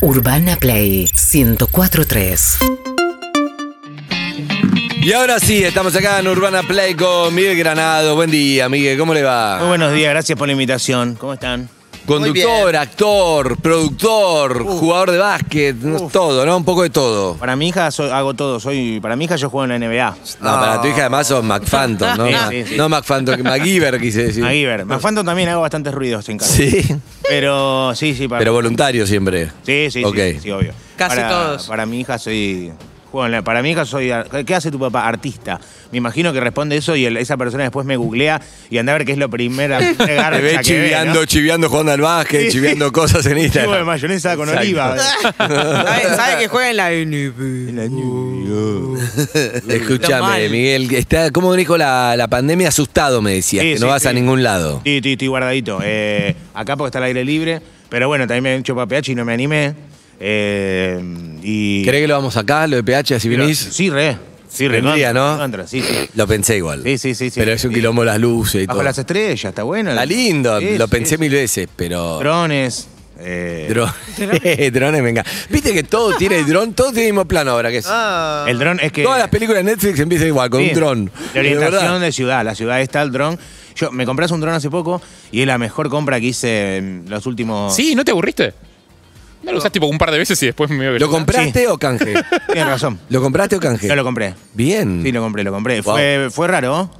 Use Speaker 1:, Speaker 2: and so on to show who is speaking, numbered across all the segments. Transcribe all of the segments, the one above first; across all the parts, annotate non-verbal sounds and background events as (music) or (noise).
Speaker 1: Urbana Play 1043.
Speaker 2: Y ahora sí, estamos acá en Urbana Play con Miguel Granado. Buen día, Miguel, ¿cómo le
Speaker 3: Muy
Speaker 2: va?
Speaker 3: buenos días, gracias por la invitación. ¿Cómo están?
Speaker 2: Conductor, actor, productor, jugador de básquet, no, todo, ¿no? Un poco de todo.
Speaker 3: Para mi hija so- hago todo. Soy, para mi hija yo juego en la NBA.
Speaker 2: No, para tu hija además sos McPhantom, ¿no?
Speaker 3: (laughs) Sí,
Speaker 2: Ma-
Speaker 3: sí, sí.
Speaker 2: No McPhantom, MacGyver quise decir.
Speaker 3: MacGyver. Más Phantom también hago bastantes ruidos en casa.
Speaker 2: Sí,
Speaker 3: Pero sí, sí, para
Speaker 2: pero voluntario siempre.
Speaker 3: sí, sí, sí,
Speaker 2: Ok.
Speaker 3: sí, sí, obvio.
Speaker 4: Casi
Speaker 3: para,
Speaker 4: todos.
Speaker 3: Para mi hija soy. juego en la- para mi hija soy. ar- ¿Qué hace tu papá? Artista. Me imagino que responde eso y el- esa persona después me googlea y anda a ver qué es
Speaker 2: (laughs)
Speaker 3: lo primera
Speaker 2: Te
Speaker 3: garcha
Speaker 2: ve
Speaker 3: que ve,
Speaker 2: chiviando,
Speaker 3: ¿no?
Speaker 2: chiviando jugando al básquet,
Speaker 3: Sí, sí.
Speaker 2: chiviando cosas en
Speaker 3: Chivo de
Speaker 2: Instagram.
Speaker 3: mayonesa con
Speaker 2: Exacto. (laughs)
Speaker 3: oliva. (laughs) eh.
Speaker 4: ¿Sabe, sabe que juega en la NB?
Speaker 2: Escúchame,
Speaker 4: mal.
Speaker 2: Miguel, está, como dijo la, la pandemia, asustado me decías,
Speaker 3: Sí,
Speaker 2: que no
Speaker 3: sí,
Speaker 2: vas a
Speaker 3: sí.
Speaker 2: ningún lado.
Speaker 3: Sí, sí, estoy guardadito. Eh, acá porque está el aire libre. Pero bueno, también me han hecho PH y no me animé. Eh, y
Speaker 2: ¿Crees que lo vamos acá, lo de PH, si
Speaker 3: pero-
Speaker 2: vinís?
Speaker 3: Sí, re. Sí, re.
Speaker 2: Vendría,
Speaker 3: contra,
Speaker 2: ¿no?
Speaker 3: contra, sí, sí.
Speaker 2: (clears throat) Lo pensé igual.
Speaker 3: Sí, sí, sí, sí.
Speaker 2: Pero es un
Speaker 3: Sí.
Speaker 2: quilombo las luces y
Speaker 3: Bajo
Speaker 2: todo.
Speaker 3: las estrellas, está bueno.
Speaker 2: Está lindo,
Speaker 3: Sí,
Speaker 2: lo
Speaker 3: sí,
Speaker 2: pensé
Speaker 3: sí.
Speaker 2: mil veces, pero.
Speaker 3: Drones. eh,
Speaker 2: Dron- (laughs) Drones, venga. Viste que todo tiene dron, todo tiene el mismo plano ahora. que es-
Speaker 3: El dron es que.
Speaker 2: Todas las películas de Netflix empiezan igual, con
Speaker 3: Sí,
Speaker 2: un dron.
Speaker 3: La orientación de ciudad. La ciudad está el dron. Yo me compré un dron hace poco y es la mejor compra que hice en los últimos.
Speaker 5: Sí, ¿no te aburriste? No lo usás tipo un par de veces y después me
Speaker 2: ¿Lo compraste o canje? (laughs)
Speaker 3: Tienes razón.
Speaker 2: ¿Lo compraste o canje?
Speaker 3: Yo lo compré.
Speaker 2: Bien. (laughs)
Speaker 3: Sí, lo compré, lo compré.
Speaker 2: Wow.
Speaker 3: Fue, fue raro. ¿oh?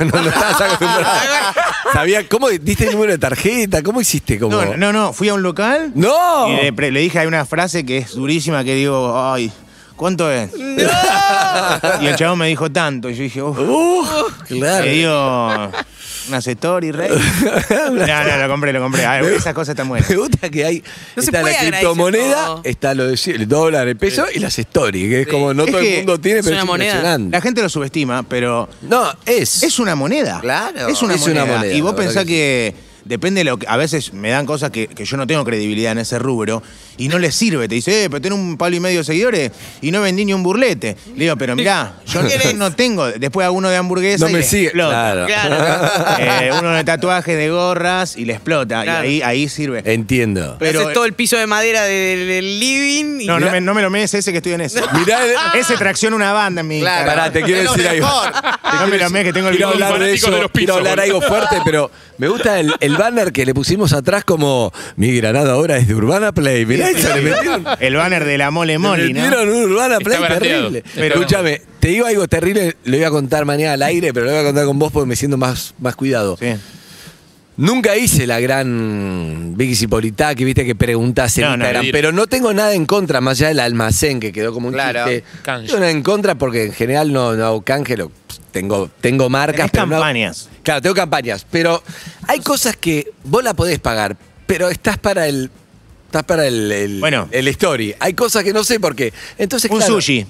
Speaker 2: no, no estabas
Speaker 3: (laughs)
Speaker 2: acostumbrado. Sabía, ¿cómo diste el número de tarjeta? ¿Cómo hiciste? ¿Cómo?
Speaker 3: No, no, no, fui a un local.
Speaker 2: ¡No!
Speaker 3: Y le, pre- le dije, hay una frase que es durísima que digo, ay, ¿cuánto es? Y el chabón me dijo tanto. Y yo dije, uff.
Speaker 2: (laughs) Claro.
Speaker 3: Le digo, una story, rey. no, no, lo compré, lo compré. A ver, esas cosas están buenas.
Speaker 2: Me gusta que hay.
Speaker 4: No se
Speaker 2: está
Speaker 4: puede
Speaker 2: la
Speaker 4: agradecer
Speaker 2: criptomoneda,
Speaker 4: todo.
Speaker 2: está lo de, el dólar, el peso y las stories, que es como no
Speaker 3: Es
Speaker 2: todo el
Speaker 3: que
Speaker 2: mundo tiene,
Speaker 4: es
Speaker 2: pero
Speaker 4: una
Speaker 2: es
Speaker 4: moneda.
Speaker 2: impresionante.
Speaker 3: La gente lo subestima, pero
Speaker 2: No, es.
Speaker 3: es una moneda.
Speaker 2: Claro.
Speaker 3: Es una,
Speaker 2: Es una
Speaker 3: moneda.
Speaker 2: moneda,
Speaker 3: Y vos
Speaker 2: la verdad
Speaker 3: pensás
Speaker 2: que
Speaker 3: que, depende de lo que. A veces me dan cosas que, que yo no tengo credibilidad en ese rubro y no les sirve. Te dice, eh, pero tenés un palo y medio de seguidores y no vendí ni un burlete. Le digo, pero mirá,
Speaker 2: (laughs)
Speaker 3: yo no- no tengo. Después hago uno de hamburguesa.
Speaker 2: no
Speaker 3: y
Speaker 2: me
Speaker 3: le
Speaker 2: sigue.
Speaker 3: explota.
Speaker 2: Claro.
Speaker 3: Eh, uno de tatuajes, de gorras y le explota.
Speaker 4: Claro.
Speaker 3: Y ahí, ahí sirve.
Speaker 2: Eh, Entiendo.
Speaker 3: Pero-
Speaker 4: Hace todo el piso de madera del, del living. y-
Speaker 3: no, no me, no me lo mees ese que estoy en ese.
Speaker 2: (laughs) Mirá, el-
Speaker 3: Ese tracciona una banda en mi Instagram.
Speaker 2: Pará, te quiero decir algo.
Speaker 3: No me lo mees que tengo el
Speaker 2: Quiero
Speaker 3: video.
Speaker 2: hablar de
Speaker 5: fanático
Speaker 2: eso,
Speaker 5: de los
Speaker 2: quiero
Speaker 5: pisos,
Speaker 2: hablar
Speaker 5: boludo.
Speaker 2: algo fuerte, pero me gusta el, el banner que le pusimos atrás como mi granada ahora es de Urbana Play. Mirá eso, le metieron, le
Speaker 3: El banner de la mole mole, ¿no?
Speaker 2: metieron un Urbana Play
Speaker 5: barateado.
Speaker 2: terrible.
Speaker 3: Pero-
Speaker 2: Escúchame, te digo algo terrible, lo voy a contar mañana al aire, pero lo voy a contar con vos porque me siento más, más cuidado.
Speaker 3: Sí.
Speaker 2: Nunca hice la gran Vicky Cipolitá que viste que preguntás en
Speaker 3: No, no,
Speaker 2: Instagram,
Speaker 5: mentira.
Speaker 2: pero no tengo nada en contra, más allá del almacén que quedó como un
Speaker 4: Claro,
Speaker 2: chiste. No
Speaker 5: canje.
Speaker 2: tengo nada en contra porque en general no, no hago canje, lo- tengo, tengo marcas,
Speaker 3: Tenés
Speaker 2: pero no-
Speaker 3: campañas.
Speaker 2: claro, tengo campañas, pero hay cosas que vos la podés pagar, pero estás para el... Estás para el, el,
Speaker 3: Bueno.
Speaker 2: el story. Hay cosas que no sé por qué. Entonces,
Speaker 3: Un
Speaker 2: claro,
Speaker 3: sushi.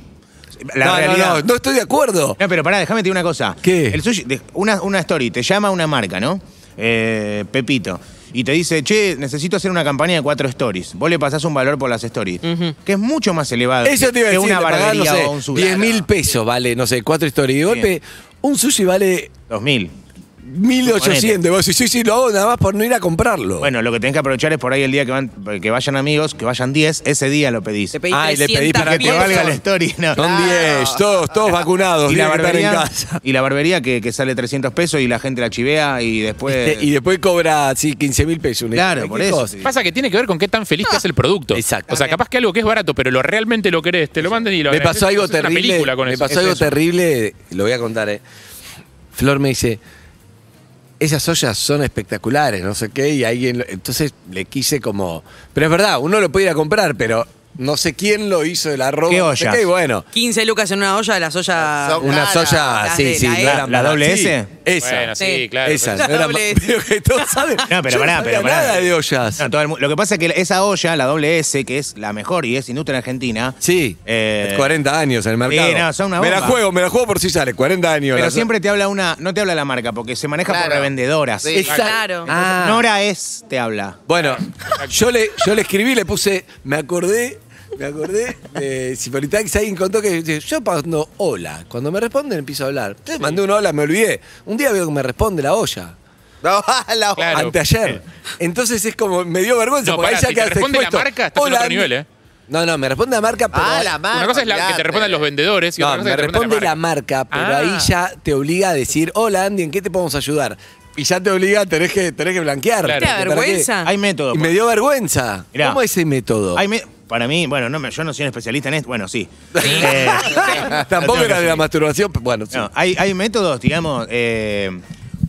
Speaker 3: La
Speaker 2: no, no,
Speaker 3: realidad.
Speaker 2: no, no estoy de acuerdo.
Speaker 3: No, pero pará, déjame decir una cosa.
Speaker 2: ¿Qué?
Speaker 3: El sushi, de- una, una story, te llama una marca, ¿no? Eh, Pepito. Y te dice, che, necesito hacer una campaña de cuatro stories. Vos le pasás un valor por las stories, que es mucho más elevado
Speaker 2: Eso te iba a
Speaker 3: que
Speaker 2: decir,
Speaker 3: una
Speaker 2: te pagás,
Speaker 3: barbería
Speaker 2: no sé,
Speaker 3: o un sushi.
Speaker 2: 10 mil pesos vale, no sé, cuatro stories. De golpe, un sushi vale
Speaker 3: Dos mil.
Speaker 2: 1800. Vos decís, sí, sí, lo hago nada más por no ir a comprarlo.
Speaker 3: Bueno, lo que tenés que aprovechar es por ahí el día que, van, que vayan amigos, que vayan 10, ese día lo pedís.
Speaker 4: Te pedí
Speaker 2: Ah, y le pedí
Speaker 4: 300
Speaker 2: para
Speaker 3: que
Speaker 4: piezas.
Speaker 3: valga la story, no.
Speaker 2: Son 10, todos, todos vacunados,
Speaker 3: Y la
Speaker 2: tienen que estar en
Speaker 3: barbería,
Speaker 2: casa.
Speaker 3: y la barbería que, que sale 300 pesos y la gente la chivea y después...
Speaker 2: Y después cobra, sí, 15 mil pesos. una-
Speaker 3: eh. Claro,
Speaker 2: ¿qué
Speaker 3: por eso,
Speaker 2: cosa?
Speaker 3: sí.
Speaker 5: Pasa que tiene que ver con qué tan feliz te hace el producto.
Speaker 2: Exacto.
Speaker 5: O sea, capaz que algo que es barato, pero lo realmente lo querés, te lo mandan y lo
Speaker 2: Me
Speaker 5: agradeces.
Speaker 2: pasó algo
Speaker 5: Haces una
Speaker 2: terrible.
Speaker 5: película con
Speaker 2: me
Speaker 5: eso.
Speaker 2: pasó
Speaker 5: Es
Speaker 2: algo
Speaker 5: eso.
Speaker 2: terrible, lo voy a contar, ¿eh? Flor me dice, esas ollas son espectaculares, no sé qué, y alguien... lo- entonces le quise como... Pero es verdad, uno lo puede ir a comprar, pero no sé quién lo hizo el arroz.
Speaker 3: ¿Qué
Speaker 2: no sé
Speaker 3: ollas?
Speaker 2: qué, y bueno.
Speaker 4: 15 lucas en una olla, las ollas.
Speaker 2: Una soya,
Speaker 4: Las
Speaker 2: sí,
Speaker 4: de
Speaker 2: sí.
Speaker 4: la
Speaker 2: no
Speaker 4: E.
Speaker 2: eran
Speaker 3: ¿La
Speaker 2: baratas.
Speaker 3: doble
Speaker 2: Sí,
Speaker 3: S?
Speaker 2: Esa.
Speaker 5: Bueno, sí,
Speaker 4: Sí.
Speaker 5: claro.
Speaker 2: Esa,
Speaker 4: La
Speaker 2: no era
Speaker 4: doble
Speaker 2: ma-
Speaker 4: S.
Speaker 2: Pero que todos saben.
Speaker 3: (laughs) No, pero
Speaker 2: Yo
Speaker 3: pará,
Speaker 2: sabía
Speaker 3: pero pará.
Speaker 2: Nada de ollas.
Speaker 3: No, todo el mu- lo que pasa es que esa olla, la doble S, que es la mejor y es industria argentina.
Speaker 2: sí,
Speaker 3: eh,
Speaker 2: 40 años en el mercado.
Speaker 3: no, son una
Speaker 2: me la
Speaker 3: bomba.
Speaker 2: juego, me la juego por si sale, 40 años.
Speaker 3: Pero
Speaker 2: la-
Speaker 3: siempre te habla una. No te habla la marca, porque se maneja por revendedoras.
Speaker 2: Esa-
Speaker 4: Claro.
Speaker 2: Ah.
Speaker 3: Nora es, te habla.
Speaker 2: Bueno, yo le, yo le escribí, le puse, me acordé, me acordé de Cipolitá, que alguien contó que dice, yo cuando hola, cuando me responden empiezo a hablar. Entonces mandé un hola, me olvidé. Un día veo que me responde la olla.
Speaker 5: (laughs)
Speaker 6: No, la otra.
Speaker 5: Claro.
Speaker 2: Anteayer. Entonces es como, me dio vergüenza.
Speaker 5: No,
Speaker 2: porque
Speaker 5: pará,
Speaker 2: ahí ya
Speaker 5: si te
Speaker 2: quedaste
Speaker 5: responde la
Speaker 2: expuesto.
Speaker 5: marca, estás en
Speaker 2: Hola,
Speaker 5: otro
Speaker 2: Andy.
Speaker 5: nivel, ¿eh?
Speaker 2: No, no, me responde la marca, pero.
Speaker 6: Ah, la marca.
Speaker 5: Una cosa es la que te
Speaker 6: olvidate.
Speaker 5: respondan los vendedores y
Speaker 2: No,
Speaker 5: otra cosa
Speaker 2: me
Speaker 5: es que te
Speaker 2: responde la
Speaker 5: responda marca.
Speaker 2: marca, pero
Speaker 5: Ah.
Speaker 2: ahí ya te obliga a decir, hola Andy, ¿en qué te podemos ayudar? Y ya te obliga, tenés que, tenés que blanquear.
Speaker 5: Claro. ¿Te
Speaker 4: da
Speaker 2: ¿Para qué?
Speaker 4: vergüenza?
Speaker 3: Hay método.
Speaker 2: Ah. Y me dio vergüenza.
Speaker 3: Mirá.
Speaker 2: ¿Cómo es ese método? (laughs)
Speaker 3: Hay me- para mí, bueno, no me- yo no soy un especialista en esto. Bueno, sí.
Speaker 2: (laughs)
Speaker 3: Eh, no
Speaker 2: Tampoco
Speaker 3: tengo
Speaker 2: era
Speaker 3: que
Speaker 2: de la
Speaker 3: subir.
Speaker 2: masturbación, pero bueno, sí.
Speaker 3: No, hay, hay métodos, digamos. eh,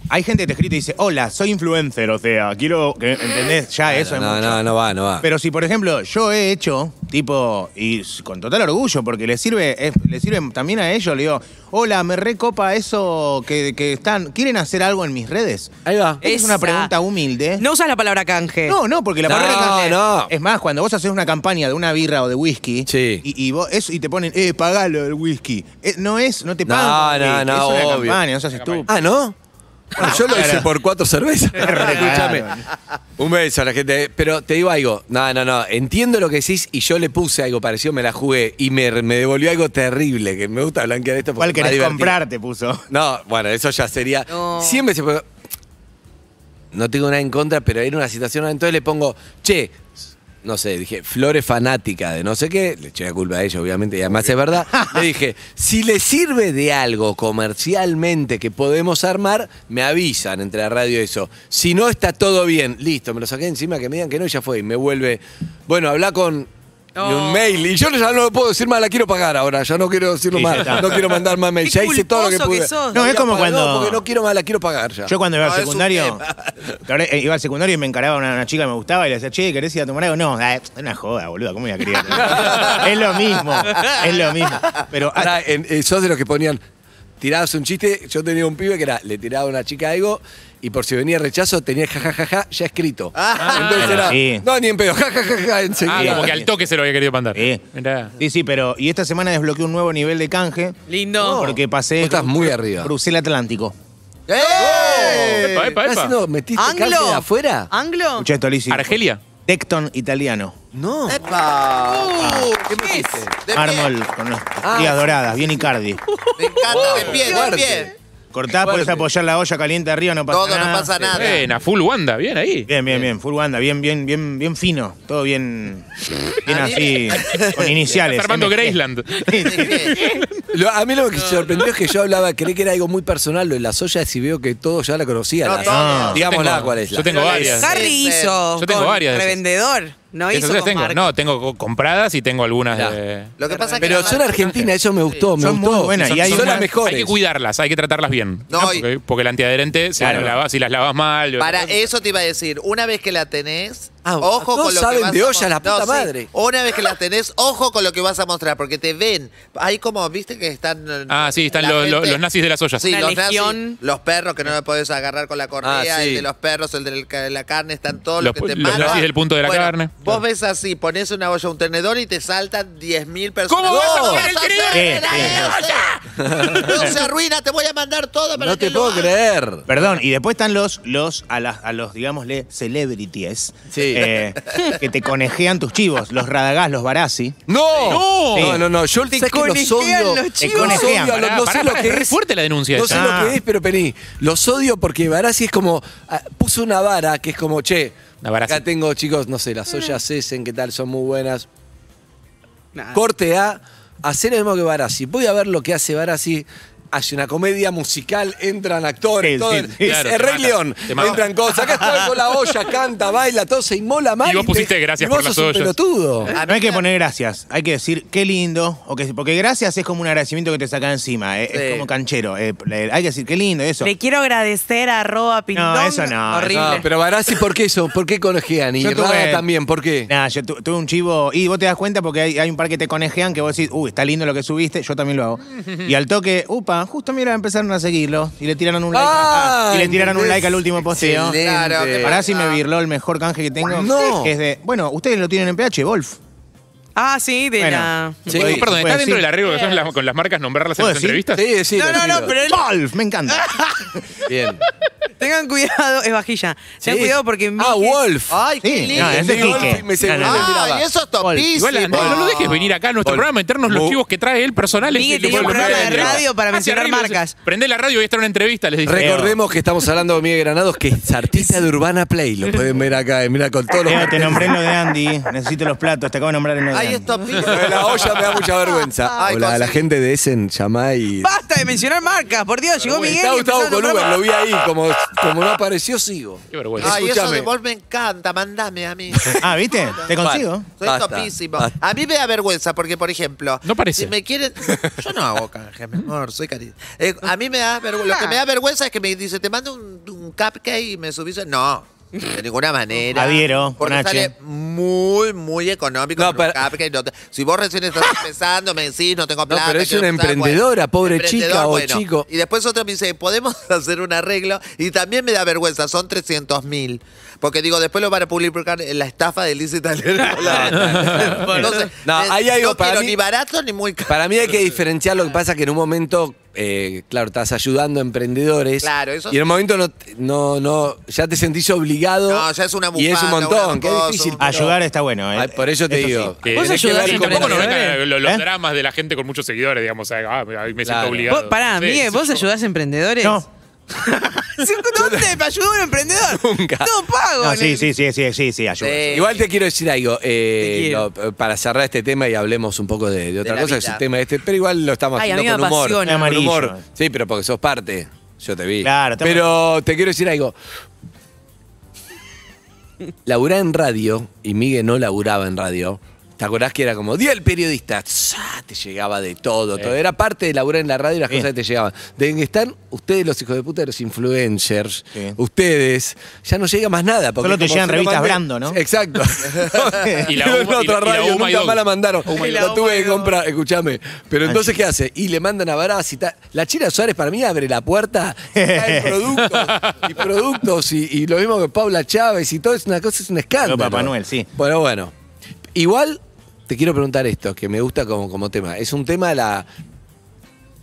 Speaker 3: hay gente que te escribe y dice, hola, soy influencer, o sea, quiero que, ¿entendés? Ya eso es
Speaker 2: No,
Speaker 3: mucho.
Speaker 2: no, no va, no va.
Speaker 3: Pero si, por ejemplo, yo he hecho, tipo, y s- con total orgullo, porque le sirve, es- le sirve también a ellos, le digo, hola, me recopa eso que, que están, ¿quieren hacer algo en mis redes?
Speaker 2: Ahí va.
Speaker 3: Esa es una
Speaker 4: Esa.
Speaker 3: pregunta humilde. Eh,
Speaker 4: No usas la palabra canje.
Speaker 3: No, no, porque la
Speaker 2: No,
Speaker 3: palabra
Speaker 2: no.
Speaker 3: Es más, cuando vos haces una campaña de una birra o de whisky
Speaker 2: Sí.
Speaker 3: y, y vos eso, y te ponen, eh, pagalo el whisky. Eh, no es, no te
Speaker 2: No,
Speaker 3: pagan.
Speaker 2: no,
Speaker 3: eh,
Speaker 2: no,
Speaker 3: es una
Speaker 2: obvio.
Speaker 3: campaña, no seas estúpido.
Speaker 2: Ah, ¿no? Bueno, yo lo hice por cuatro
Speaker 3: (laughs)
Speaker 2: cervezas. Escúchame. Un beso a la gente. Pero te digo algo. No, no, no. Entiendo lo que decís y yo le puse algo parecido, me la jugué y me, me devolvió algo terrible. Que me gusta blanquear esto porque
Speaker 3: ¿Cuál
Speaker 2: es más
Speaker 3: querés
Speaker 2: divertido.
Speaker 3: comprar? Te puso.
Speaker 2: No, bueno, eso ya sería.
Speaker 4: No.
Speaker 2: Siempre se puede. No tengo nada en contra, pero era una situación. Entonces le pongo, che, no sé, dije, Flores fanática de no sé qué. Le eché la culpa a ella, obviamente, y además es
Speaker 3: (laughs)
Speaker 2: verdad. le dije, si le sirve de algo comercialmente que podemos armar, me avisan entre la radio eso. Si no está todo bien, listo, me lo saqué encima, que me digan que no, y ya fue. Y me vuelve, bueno, habla con. y un
Speaker 4: No.
Speaker 2: mail. Y yo ya no lo puedo decir más, la quiero pagar ahora. Ya no quiero decirlo
Speaker 3: Sí, ya
Speaker 2: más.
Speaker 3: está.
Speaker 2: No quiero mandar más mail.
Speaker 4: Qué
Speaker 2: Ya hice todo lo que
Speaker 4: culposo
Speaker 2: pude.
Speaker 4: que sos.
Speaker 3: No, es
Speaker 2: Había
Speaker 3: como
Speaker 2: pagado
Speaker 3: cuando-
Speaker 2: Porque no quiero más, la quiero pagar ya.
Speaker 3: Yo cuando iba
Speaker 6: No,
Speaker 3: al
Speaker 6: es un
Speaker 3: secundario,
Speaker 6: tema.
Speaker 3: la verdad, eh, iba al secundario y me encaraba una, una chica que me gustaba y le decía, che, ¿querés ir a tomar algo? No, ah, es una joda, boludo, ¿cómo voy a
Speaker 6: (laughs)
Speaker 3: querer? es lo mismo, es lo mismo. Pero ah,
Speaker 2: Pará, en- eh, sos de los que ponían. Tirabas un chiste, yo tenía un pibe que era, le tiraba a una chica algo y por si venía rechazo tenía jajajaja ya escrito. Ah, Entonces
Speaker 3: Bueno,
Speaker 2: era,
Speaker 3: sí.
Speaker 2: no, ni en pedo, jajajaja
Speaker 5: Ah,
Speaker 2: enseguida.
Speaker 5: como que al toque se lo había querido mandar.
Speaker 3: Sí.
Speaker 5: Mirá.
Speaker 3: Sí, sí, pero. Y esta semana desbloqueé un nuevo nivel de canje.
Speaker 4: Lindo.
Speaker 3: No, Porque pasé.
Speaker 2: Vos estás muy arriba. ¡Eh!
Speaker 3: Crucé el Atlántico.
Speaker 5: Epa, epa,
Speaker 2: ¿Estás
Speaker 5: epa.
Speaker 2: haciendo- ¿Metiste
Speaker 4: ¿Anglo?
Speaker 2: cárcel de afuera?
Speaker 4: ¿Anglo?
Speaker 3: Escuchá esto, Lizzy.
Speaker 5: ¿Argelia?
Speaker 3: Tecton italiano.
Speaker 2: No.
Speaker 6: ¡Epa!
Speaker 4: ¿Qué es?
Speaker 6: De pie.
Speaker 3: Mármol con las
Speaker 6: Ah.
Speaker 3: costillas doradas, bien
Speaker 6: (laughs)
Speaker 3: Icardi.
Speaker 6: Me encanta, de pie, de pie.
Speaker 2: Fuerte.
Speaker 3: Cortá, podés apoyar la olla caliente arriba, no pasa
Speaker 6: Todo,
Speaker 3: nada.
Speaker 6: no pasa nada.
Speaker 5: Buena, full Wanda, bien ahí.
Speaker 3: Bien, bien, bien. Full banda, bien, bien, bien, bien fino. Todo bien. Bien
Speaker 6: Ah,
Speaker 3: así.
Speaker 6: bien. (laughs)
Speaker 3: Con iniciales.
Speaker 5: Estás armando
Speaker 3: MG.
Speaker 5: Graceland.
Speaker 2: Lo- a mí lo que me sorprendió es que yo hablaba, creí que era algo muy personal lo de las ollas y veo que todos ya la conocían.
Speaker 6: No,
Speaker 2: la-
Speaker 6: todos.
Speaker 2: Digamos la
Speaker 5: Tengo-
Speaker 2: cuál es la.
Speaker 5: Yo tengo varias.
Speaker 4: Harry
Speaker 6: Sí, sí.
Speaker 4: hizo.
Speaker 5: Yo tengo
Speaker 4: con
Speaker 5: varias de esas.
Speaker 4: Revendedor. No
Speaker 5: Esas
Speaker 4: hizo.
Speaker 5: otras
Speaker 4: Con
Speaker 5: tengo.
Speaker 4: marca.
Speaker 5: No, tengo co- compradas y tengo algunas
Speaker 2: Mirá.
Speaker 5: de.
Speaker 6: Lo que pasa es que.
Speaker 2: Ah. Pero
Speaker 6: la
Speaker 2: son
Speaker 6: marca-
Speaker 2: argentinas, eso me gustó, me
Speaker 3: Son muy
Speaker 2: gustó.
Speaker 3: buenas, y
Speaker 2: son
Speaker 3: hay
Speaker 2: son
Speaker 3: una-
Speaker 2: las mejores.
Speaker 5: Hay que cuidarlas, hay que tratarlas bien.
Speaker 6: No, y-
Speaker 5: porque, porque el antiadherente, si,
Speaker 3: Claro.
Speaker 5: la lavas- si las lavas mal. o-
Speaker 6: Para eso te iba a decir, una vez que la tenés,
Speaker 2: Ah,
Speaker 6: ojo
Speaker 2: todos
Speaker 6: con lo
Speaker 2: saben
Speaker 6: que vas
Speaker 2: de
Speaker 6: a
Speaker 2: olla,
Speaker 6: mos-
Speaker 2: la puta
Speaker 6: sí.
Speaker 2: madre.
Speaker 6: Una vez que la tenés, ojo con lo que vas a mostrar, porque te ven. Hay como, viste que están.
Speaker 5: Ah, sí, están
Speaker 6: la
Speaker 5: lo- lo-
Speaker 6: gente-
Speaker 5: los nazis de las ollas.
Speaker 6: Sí,
Speaker 4: La
Speaker 6: los nazis,
Speaker 4: legión.
Speaker 6: los perros que no me podés agarrar con la correa,
Speaker 2: Ah, sí.
Speaker 6: el de los perros, el de ca- la carne, están todos
Speaker 5: Los
Speaker 6: los, que te
Speaker 5: pu- los
Speaker 6: matan.
Speaker 5: nazis del punto de la
Speaker 6: Bueno,
Speaker 5: carne.
Speaker 6: Vos
Speaker 5: Claro.
Speaker 6: ves así, pones una olla, un tenedor y te saltan 10.000 personas.
Speaker 5: ¿Cómo vas a
Speaker 6: ¡No!
Speaker 5: poner el
Speaker 6: ¡Vas a
Speaker 5: tenedor
Speaker 6: hacer
Speaker 3: en
Speaker 6: la olla! (laughs) ¡No se arruina! ¡Te voy a mandar todo para
Speaker 2: No
Speaker 6: que
Speaker 2: te
Speaker 6: lo
Speaker 2: puedo
Speaker 6: hagas.
Speaker 2: creer.
Speaker 3: Perdón, y después están los, los a, las, a los, digámosle, celebrities.
Speaker 2: Sí.
Speaker 3: eh, que te conejean tus chivos. Los Radagás, los Barassi.
Speaker 2: ¡No!
Speaker 5: Sí.
Speaker 2: No, no, no. Yo
Speaker 4: Te
Speaker 2: sé que los
Speaker 4: conejean
Speaker 2: odio.
Speaker 4: los
Speaker 2: los
Speaker 4: chivos.
Speaker 3: Conejean,
Speaker 2: odio a los-
Speaker 5: pará,
Speaker 2: no
Speaker 5: pará,
Speaker 2: sé lo
Speaker 5: pará,
Speaker 2: que
Speaker 5: es re
Speaker 2: es.
Speaker 5: fuerte la denuncia
Speaker 2: No
Speaker 5: esa.
Speaker 2: sé lo
Speaker 3: Ah.
Speaker 2: que es, pero Pení, los odio porque Barassi es como. ah, puso una vara que es como, che,
Speaker 5: Una Barassi.
Speaker 2: acá tengo, chicos, no sé, las ollas
Speaker 4: Mm.
Speaker 2: cesen, qué tal, son muy buenas.
Speaker 4: Nada.
Speaker 2: Corte A, hacer lo mismo que Barassi. Voy a ver lo que hace Barassi. Hace una comedia musical, entran actores,
Speaker 3: Sí,
Speaker 2: todo.
Speaker 3: sí,
Speaker 2: es
Speaker 3: sí.
Speaker 5: Claro,
Speaker 2: es
Speaker 5: te
Speaker 2: Rey
Speaker 5: mata,
Speaker 2: León.
Speaker 5: te mata.
Speaker 2: Entran cosas. Acá estoy con la olla, canta, baila, todo se inmola mal.
Speaker 5: Y vos pusiste gracias
Speaker 2: y vos
Speaker 5: por las
Speaker 2: sos un
Speaker 5: ollas.
Speaker 2: pelotudo.
Speaker 4: (laughs)
Speaker 6: Ah,
Speaker 3: No hay que poner gracias, hay que decir qué lindo, o que- porque gracias es como un agradecimiento que te saca encima, eh, es
Speaker 6: Sí.
Speaker 3: como canchero. eh, le- hay que decir qué lindo, eso.
Speaker 4: Le quiero agradecer a arroba Pindón.
Speaker 3: eso no,
Speaker 4: Horrible.
Speaker 2: No, pero Barassi, ¿por qué eso? ¿Por qué conejean? Y
Speaker 3: Yo tuve-
Speaker 2: Rada también, ¿por qué?
Speaker 3: Nah, yo tu- tuve un chivo y vos te das cuenta porque hay, hay un par que te conejean que vos decís, uy, está lindo lo que subiste, yo también lo hago. Y al toque, upa, justo mira, empezaron a seguirlo y le tiraron un like.
Speaker 2: Ah,
Speaker 3: y le tiraron un
Speaker 2: entendés.
Speaker 3: like al último posteo.
Speaker 2: Excelente.
Speaker 6: Claro, que
Speaker 3: Pará si me virló el mejor canje que tengo.
Speaker 2: No.
Speaker 3: Que es de, bueno, ustedes lo tienen en PH, Wolf.
Speaker 4: Ah, sí, de
Speaker 3: Bueno.
Speaker 4: la...
Speaker 2: Sí.
Speaker 5: No, perdón,
Speaker 3: Puedo
Speaker 5: ¿está dentro
Speaker 3: decir-
Speaker 5: del arreglo que son las- con las marcas nombrarlas en
Speaker 3: ¿Puedo
Speaker 5: las
Speaker 3: decir?
Speaker 5: entrevistas?
Speaker 2: Sí, sí.
Speaker 4: No,
Speaker 2: lo
Speaker 4: no, no,
Speaker 2: tiro.
Speaker 4: pero él-
Speaker 3: Golf, me encanta.
Speaker 2: Bien.
Speaker 4: Tengan cuidado, es vajilla. Tengan
Speaker 2: Sí.
Speaker 4: cuidado porque
Speaker 2: Ah,
Speaker 4: Miki-
Speaker 2: Wolf.
Speaker 6: Ay, qué
Speaker 3: Sí,
Speaker 6: lindo.
Speaker 3: no, es de
Speaker 2: Wolf
Speaker 3: Quique.
Speaker 2: me se-
Speaker 3: No, no,
Speaker 2: me
Speaker 3: no.
Speaker 2: miraba.
Speaker 6: Ay, eso es topísimo.
Speaker 5: Igual, no, no lo dejes venir acá a nuestro
Speaker 2: Vol-
Speaker 5: programa, internos los
Speaker 2: Vol-
Speaker 5: chivos que trae él personales.
Speaker 4: Miguel,
Speaker 5: y
Speaker 4: tenía
Speaker 5: le
Speaker 4: un
Speaker 5: vuelve a
Speaker 4: programa
Speaker 5: traer
Speaker 4: de
Speaker 5: la
Speaker 4: radio
Speaker 5: entrevista.
Speaker 4: para
Speaker 5: Ah,
Speaker 4: mencionar
Speaker 5: se arregla,
Speaker 4: marcas.
Speaker 5: se- Prendé la radio y voy a estar en una entrevista, les dije.
Speaker 3: Eh.
Speaker 2: Recordemos que estamos hablando con Miguel Granados, que es artista de Urbana Play. Lo pueden ver acá, eh, mira, con (laughs) todos los.
Speaker 3: Leo, te nombré en lo de Andy. Necesito los platos, te acabo de nombrar en lo de
Speaker 6: Ay,
Speaker 3: Andy.
Speaker 6: es topísimo.
Speaker 2: Lo de la olla me da
Speaker 6: Ah,
Speaker 2: mucha vergüenza.
Speaker 6: Ay,
Speaker 2: Hola, a la
Speaker 6: conseguí.
Speaker 2: gente de Essen, llamá y.
Speaker 4: Basta de mencionar marcas, por Dios, llegó Miguel.
Speaker 2: Está
Speaker 4: y empezó
Speaker 2: Gustavo
Speaker 4: a
Speaker 2: con
Speaker 4: nombrar
Speaker 2: Uber, lo
Speaker 4: marcas.
Speaker 2: vi ahí. Como, como no apareció, sigo.
Speaker 5: Qué vergüenza.
Speaker 6: Ay, eso
Speaker 2: Escúchame.
Speaker 6: de Wolf me encanta. Mandame
Speaker 5: (laughs)
Speaker 6: a mí.
Speaker 3: Ah, ¿viste? Te consigo.
Speaker 6: Soy
Speaker 2: Basta,
Speaker 6: topísimo.
Speaker 2: basta.
Speaker 6: A mí me da vergüenza porque, por ejemplo,
Speaker 5: No parece.
Speaker 6: si me quieren. (laughs) Yo no hago canje, mi amor, soy cariño. Eh, a mí me da vergüenza. Lo que me da vergüenza es que me dice, te mando un, un cupcake y me subís. a-". No, de ninguna manera.
Speaker 3: Adhiero,
Speaker 6: Porque
Speaker 3: con H.
Speaker 6: sale muy, muy económico.
Speaker 2: No,
Speaker 6: No, pero...
Speaker 2: pero-
Speaker 6: si vos recién estás empezando, me decís, no tengo plata.
Speaker 2: pero es
Speaker 6: quiero
Speaker 2: una
Speaker 6: empezar", bueno,
Speaker 2: emprendedora, pobre chica o chico.
Speaker 6: Y después otro me dice, podemos (laughs) hacer un arreglo. Y también me da vergüenza, son 300 mil. Porque digo, después lo van a publicar en la estafa de Lizzie
Speaker 2: (laughs)
Speaker 6: (laughs) Taller. Entonces,
Speaker 2: No,
Speaker 6: eh,
Speaker 2: hay algo
Speaker 6: no
Speaker 2: para
Speaker 6: quiero
Speaker 2: mí-
Speaker 6: ni barato ni muy caro.
Speaker 2: Para mí hay que diferenciar lo que pasa que en un momento, eh, claro, estás ayudando a emprendedores.
Speaker 6: Claro, eso
Speaker 2: Y en un momento no, no, no, ya te sentís obligado.
Speaker 6: No, ya es una
Speaker 2: Y es un
Speaker 6: bufanda,
Speaker 2: montón,
Speaker 6: una
Speaker 2: qué
Speaker 6: cosa,
Speaker 2: difícil.
Speaker 6: un-
Speaker 2: pero-
Speaker 3: Ayudar está bueno. eh.
Speaker 2: Ay, por eso te
Speaker 3: Eso
Speaker 2: digo.
Speaker 5: Eh,
Speaker 4: Vos
Speaker 5: tenés que
Speaker 4: ayudás
Speaker 5: ver
Speaker 4: a
Speaker 5: Tampoco nos
Speaker 4: emprendedores.
Speaker 5: vengan los, los
Speaker 3: ¿Eh?
Speaker 5: dramas de la gente con muchos seguidores, digamos. Ah, ah, me siento
Speaker 2: Claro.
Speaker 5: obligado.
Speaker 4: Vos, pará,
Speaker 5: Sí,
Speaker 4: Miguel,
Speaker 5: sí,
Speaker 4: ¿vos
Speaker 5: sí.
Speaker 4: ayudás a emprendedores?
Speaker 3: No.
Speaker 4: (laughs) Sí, ¿Dónde te ayudó un emprendedor?
Speaker 2: (laughs) Nunca.
Speaker 4: Todo pago.
Speaker 3: No,
Speaker 4: en
Speaker 3: sí,
Speaker 4: el-
Speaker 3: sí, sí, sí, sí, sí, ayuda.
Speaker 6: Eh,
Speaker 2: Igual te quiero decir algo, eh,
Speaker 4: Te quiero.
Speaker 2: no, para cerrar este tema y hablemos un poco de, de otra
Speaker 6: la
Speaker 2: cosa, que es
Speaker 6: vida.
Speaker 2: un tema este, pero igual lo estamos
Speaker 4: Ay, a
Speaker 2: haciendo
Speaker 4: mí me
Speaker 2: con humor.
Speaker 4: apasiona.
Speaker 2: con
Speaker 3: Amarillo.
Speaker 2: humor. Sí, pero porque sos parte, yo te vi.
Speaker 3: Claro, estamos-
Speaker 2: pero te quiero decir algo. Laburá en radio, y Miguel no laburaba en radio. ¿Te acordás que era como, día el periodista? ¡za! Te llegaba de todo, todo. Era parte de laburar en la radio y las
Speaker 3: Sí.
Speaker 2: cosas que te llegaban. De que están ustedes, los hijos de puta, los influencers,
Speaker 3: Sí.
Speaker 2: ustedes, ya no llega más nada. porque
Speaker 3: Solo te
Speaker 2: como se
Speaker 3: llegan
Speaker 2: lo
Speaker 3: revistas
Speaker 2: mandé-
Speaker 3: Brando, ¿no?
Speaker 2: (laughs) Exacto.
Speaker 5: (laughs) Y la
Speaker 2: Pero (laughs) en
Speaker 5: Uma-
Speaker 2: otra
Speaker 5: y la- y la
Speaker 2: radio,
Speaker 5: Uma y
Speaker 2: nunca
Speaker 5: Dog.
Speaker 2: más la mandaron.
Speaker 4: y
Speaker 2: La
Speaker 4: Dog.
Speaker 2: tuve que comprar, escúchame. Pero
Speaker 5: Ah,
Speaker 2: entonces, ¿qué hace? Y le mandan a Barás y tal. La China Suárez para mí abre la puerta y trae productos
Speaker 5: (laughs)
Speaker 2: y productos y, y lo mismo que Paula Chávez y todo es una cosa, es un escándalo.
Speaker 3: Lo Papá Noel, sí.
Speaker 2: Bueno, bueno. Igual te quiero preguntar esto, que me gusta como, como tema. Es un tema de la,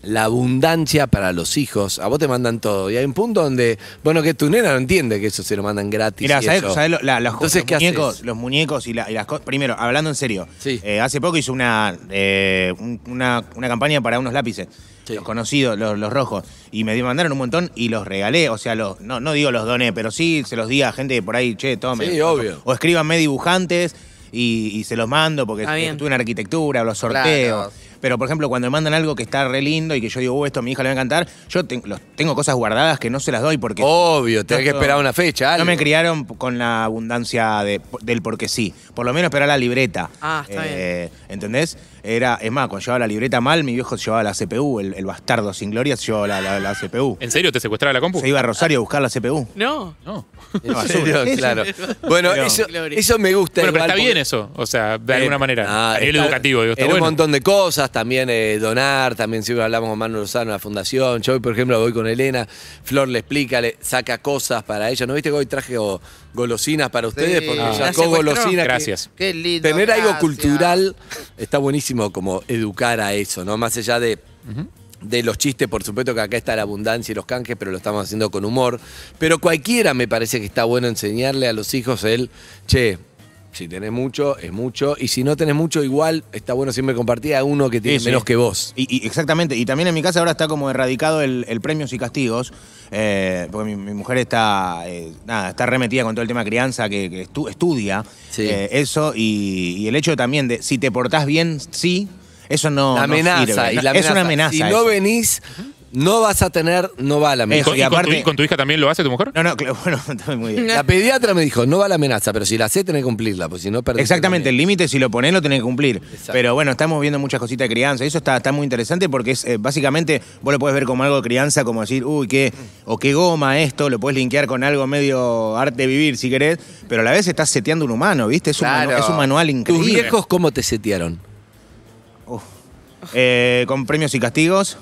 Speaker 2: la abundancia para los hijos. A vos te mandan todo. Y hay un punto donde, bueno, que tu nena no entiende que eso se lo mandan gratis.
Speaker 3: Mirá,
Speaker 2: y
Speaker 3: ¿sabés,
Speaker 2: eso.
Speaker 3: sabés lo- la- los,
Speaker 2: Entonces,
Speaker 3: los
Speaker 2: ¿qué
Speaker 3: muñecos,
Speaker 2: haces?
Speaker 3: los muñecos y, la- y las cosas? Primero, hablando en serio,
Speaker 2: Sí.
Speaker 3: eh, hace poco hizo una, eh, un- una, una campaña para unos lápices,
Speaker 2: Sí.
Speaker 3: los conocidos, los, los rojos, y me mandaron un montón y los regalé, o sea, los, no, no digo los doné, pero sí se los di a gente por ahí, che, tome.
Speaker 2: Sí, obvio.
Speaker 3: O escríbanme dibujantes y, y se los mando porque
Speaker 4: Ah, bien.
Speaker 3: estuve en arquitectura, los sorteos.
Speaker 6: Claro.
Speaker 3: Pero, por ejemplo, cuando me mandan algo que está re lindo y que yo digo, "Uh, esto a mi hija le va a encantar, yo te- los- tengo cosas guardadas que no se las doy porque
Speaker 2: Obvio, tenés que esperar una fecha.
Speaker 3: no
Speaker 2: algo.
Speaker 3: me criaron con la abundancia de- del porque sí. Por lo menos esperar la libreta.
Speaker 4: Ah, está
Speaker 3: bien. ¿Entendés? Era, es más, cuando llevaba la libreta mal, mi viejo se llevaba la CPU, el, el bastardo sin gloria se llevaba la, la- la CPU.
Speaker 5: ¿En serio te secuestraba la compu?
Speaker 3: Se iba a Rosario a buscar la CPU.
Speaker 4: No.
Speaker 5: No.
Speaker 2: (laughs) En
Speaker 3: basura.
Speaker 2: serio,
Speaker 3: Sí, sí.
Speaker 5: (laughs)
Speaker 2: claro. Bueno,
Speaker 3: Pero-
Speaker 2: eso, eso me gusta.
Speaker 5: Bueno, pero
Speaker 2: igual
Speaker 5: está bien
Speaker 2: porque-
Speaker 5: eso. O sea,
Speaker 3: Eh,
Speaker 5: de alguna manera.
Speaker 2: Ah,
Speaker 5: a nivel
Speaker 2: está-
Speaker 5: educativo, digo, está
Speaker 2: en
Speaker 5: bueno.
Speaker 2: un montón de cosas, también eh, donar, también siempre hablamos con Manu Lozano, la fundación. Yo hoy, por ejemplo, voy con Elena, Flor le explica, le saca cosas para ella. ¿No viste que hoy traje oh, golosinas para ustedes?
Speaker 6: Sí.
Speaker 2: Porque
Speaker 6: Ah.
Speaker 4: La
Speaker 2: sacó
Speaker 4: secuestró.
Speaker 2: golosinas. que-
Speaker 5: Gracias.
Speaker 6: Qué lindo.
Speaker 2: Tener algo
Speaker 6: gracias.
Speaker 2: cultural está buenísimo como educar a eso, ¿no? Más allá de, de los chistes, por supuesto que acá está la abundancia y los canjes, pero lo estamos haciendo con humor. Pero cualquiera me parece que está bueno enseñarle a los hijos el, che, si tenés mucho, es mucho, y si no tenés mucho, igual está bueno siempre compartir a uno que tiene
Speaker 3: Sí, sí.
Speaker 2: menos que vos.
Speaker 3: Y, y- exactamente, y también en mi casa ahora está como erradicado el, el premios y castigos, eh, porque mi, mi mujer está, eh, nada, está remetida con todo el tema crianza, que, que estu- estudia
Speaker 2: Sí.
Speaker 3: eh, eso, y, y el hecho también de si te portás bien, sí, eso no.
Speaker 2: La
Speaker 3: no
Speaker 2: amenaza,
Speaker 3: sirve.
Speaker 2: y la
Speaker 3: Es una amenaza.
Speaker 2: Si no
Speaker 3: eso.
Speaker 2: venís, no vas a tener, no va la
Speaker 5: ¿Y
Speaker 2: amenaza.
Speaker 5: con,
Speaker 3: y
Speaker 5: y con tu-
Speaker 3: aparte-
Speaker 5: con tu hija también lo hace tu mujer?
Speaker 3: No, no, claro, (laughs) bueno, está muy bien.
Speaker 2: La pediatra me dijo, no va la amenaza, pero si la sé, tenés que cumplirla, porque si no perdés.
Speaker 3: Exactamente, el límite si lo ponés lo tenés que cumplir.
Speaker 2: Exacto.
Speaker 3: Pero bueno, estamos viendo muchas cositas de crianza. Eso está, está muy interesante porque es eh, básicamente vos lo podés ver como algo de crianza, como decir, uy, qué, o qué goma esto, lo podés linkear con algo medio arte de vivir si querés, pero a la vez estás seteando un humano, ¿viste? Es, un
Speaker 6: Claro.
Speaker 3: manu- es un, manual
Speaker 2: ¿Tus
Speaker 3: increíble.
Speaker 2: viejos cómo te setearon?
Speaker 3: Uf. Eh, con premios y castigos,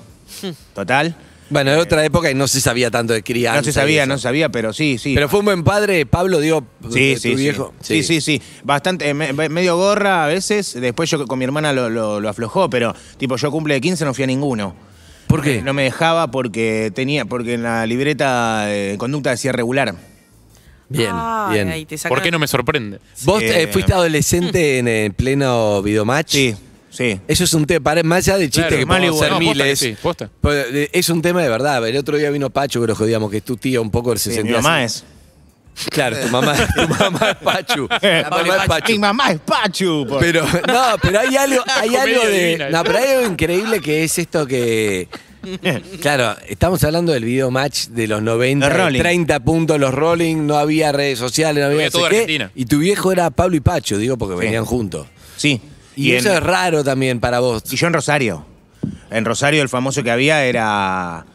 Speaker 3: total.
Speaker 2: Bueno, era otra época y no se sabía tanto de crianza.
Speaker 3: No se
Speaker 2: y
Speaker 3: sabía,
Speaker 2: eso.
Speaker 3: no se sabía, pero sí, sí.
Speaker 2: Pero fue un buen padre, Pablo dio
Speaker 3: Sí,
Speaker 2: tu
Speaker 3: sí, sí.
Speaker 2: viejo.
Speaker 3: sí, sí, sí. Bastante, eh, me- me- medio gorra a veces. Después yo con mi hermana lo, lo- lo aflojó, pero tipo yo cumple de 15 no fui a ninguno.
Speaker 2: ¿Por qué?
Speaker 3: No me dejaba porque tenía, porque en la libreta eh, conducta decía regular.
Speaker 2: Bien,
Speaker 4: Ay,
Speaker 2: bien.
Speaker 4: ahí te sacan-
Speaker 5: ¿Por qué no
Speaker 3: (laughs)
Speaker 5: me sorprende? (laughs)
Speaker 2: Vos
Speaker 3: Sí.
Speaker 2: eh, fuiste
Speaker 4: (laughs)
Speaker 2: adolescente en el pleno videomatch.
Speaker 3: Sí, sí.
Speaker 2: Eso es un tema, pare- más allá de chiste
Speaker 5: Claro,
Speaker 2: que
Speaker 5: mal
Speaker 2: podemos hacer
Speaker 5: igual. No, posta que
Speaker 2: miles.
Speaker 5: sí, posta.
Speaker 2: pero, eh, Es un tema de verdad. El otro día vino Pacho, que lo jodíamos, que es tu tía un poco se
Speaker 3: Sí, mi
Speaker 2: sentía
Speaker 3: mamá
Speaker 2: así. (laughs)
Speaker 3: es.
Speaker 2: Claro, tu mamá, tu mamá es
Speaker 3: (laughs)
Speaker 2: Pachu. Tu mamá es Pachu.
Speaker 3: Mi mamá es Pachu. por-
Speaker 2: Pero, no, pero hay
Speaker 3: (laughs)
Speaker 2: algo, hay
Speaker 5: Comedia
Speaker 2: algo de.
Speaker 5: divina.
Speaker 2: No, pero hay algo increíble que es esto que. Claro, estamos hablando del video match de los 90,
Speaker 3: Los Rolling.
Speaker 2: 30 puntos, los rolling, no había redes sociales, no había,
Speaker 5: Había
Speaker 2: no sé
Speaker 5: toda
Speaker 2: qué,
Speaker 5: Argentina.
Speaker 2: Y tu viejo era Pablo y Pacho, digo, porque venían juntos.
Speaker 3: Sí.
Speaker 2: Y,
Speaker 3: en-
Speaker 2: eso es raro también para vos.
Speaker 3: Y yo en Rosario. En Rosario el famoso que había era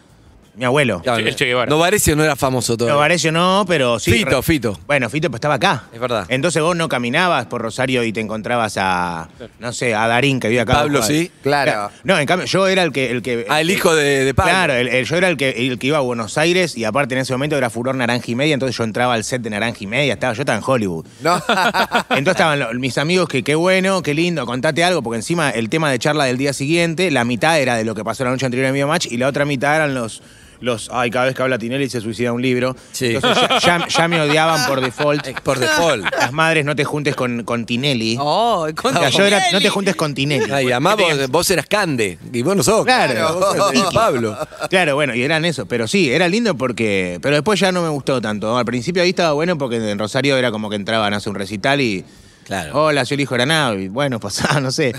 Speaker 3: mi abuelo.
Speaker 2: Claro,
Speaker 5: el Che Guevara.
Speaker 2: Novarecio no era famoso todavía.
Speaker 3: No, Varecio no, pero sí.
Speaker 2: Fito,
Speaker 3: Re-
Speaker 2: Fito.
Speaker 3: Bueno, Fito pues, estaba acá.
Speaker 2: Es verdad.
Speaker 3: Entonces vos no caminabas por Rosario y te encontrabas a, no sé, a Darín que vive acá.
Speaker 2: Pablo, sí,
Speaker 6: claro.
Speaker 3: No, en cambio, yo era el que... El que
Speaker 2: Ah, el hijo de, de Pablo.
Speaker 3: Claro, el- el- yo era el que, el que iba a Buenos Aires y aparte en ese momento era furor naranja y media, entonces yo entraba al set de naranja y media, estaba yo estaba en Hollywood.
Speaker 6: No.
Speaker 3: (laughs) Entonces estaban lo- mis amigos que qué bueno, qué lindo, contate algo, porque encima el tema de charla del día siguiente, la mitad era de lo que pasó la noche anterior en mi match y la otra mitad eran los... Los, ay, cada vez que habla Tinelli se suicida un libro.
Speaker 2: Sí.
Speaker 3: Entonces ya, ya- ya me odiaban por default.
Speaker 2: (laughs) Por
Speaker 3: (laughs)
Speaker 2: default.
Speaker 3: Las madres no te juntes con, con Tinelli.
Speaker 4: Oh, con
Speaker 3: O sea, yo era,
Speaker 4: Tinelli.
Speaker 3: no te juntes con Tinelli.
Speaker 2: Ay, además vos, vos eras Cande. Y vos no sos.
Speaker 3: Claro.
Speaker 2: Vos sos Pablo.
Speaker 3: Claro, bueno, y eran eso. Pero sí, era lindo porque. Pero después ya no me gustó tanto. Al principio ahí estaba bueno porque en Rosario era como que entraban a hacer un recital y.
Speaker 2: Claro.
Speaker 3: Hola, soy el hijo de Granado. Y bueno, (laughs) pasaba, no sé.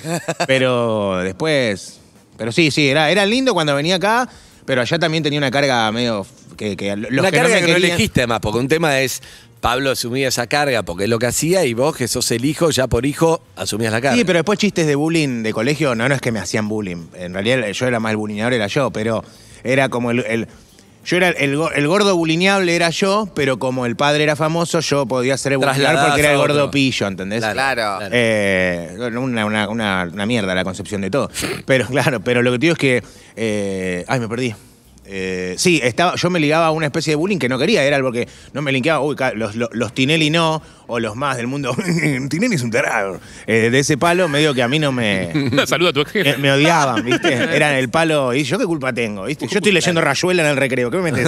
Speaker 3: Pero después. Pero sí, sí, era, era lindo cuando venía acá, pero allá también tenía una carga medio. f- Que, que los
Speaker 2: Una
Speaker 3: que
Speaker 2: carga
Speaker 3: no me
Speaker 2: que no
Speaker 3: querían-
Speaker 2: elegiste además, porque un tema es Pablo asumía esa carga porque es lo que hacía y vos que sos el hijo, ya por hijo asumías la carga.
Speaker 3: Sí, pero después chistes de bullying de colegio, no, no es que me hacían bullying. En realidad yo era más el bullineador, era yo, pero era como el. el- yo era el, go- el gordo bulineable era yo, pero como el padre era famoso, yo podía ser el bulineador
Speaker 2: Trasladabas
Speaker 3: porque era
Speaker 2: a
Speaker 3: el
Speaker 2: otro.
Speaker 3: gordo pillo, ¿entendés?
Speaker 6: Claro.
Speaker 3: Eh, una, una- una- una mierda la concepción de todo. Pero claro, pero lo que te digo es que. eh, ay, me perdí. Eh, sí, estaba, yo me ligaba a una especie de bullying que no quería, era porque no me linkeaba, uy, ca- los, los- los Tinelli no, o los más del mundo, (laughs) Tinelli es un tarado. Eh, de ese palo, medio que a mí no
Speaker 5: (laughs)
Speaker 3: me,
Speaker 5: Saluda a tu ex
Speaker 3: me,
Speaker 5: jefe.
Speaker 3: me odiaban, ¿viste? Eran el palo, y yo qué culpa tengo, ¿viste? Yo estoy leyendo Rayuela en el recreo, ¿qué me metes?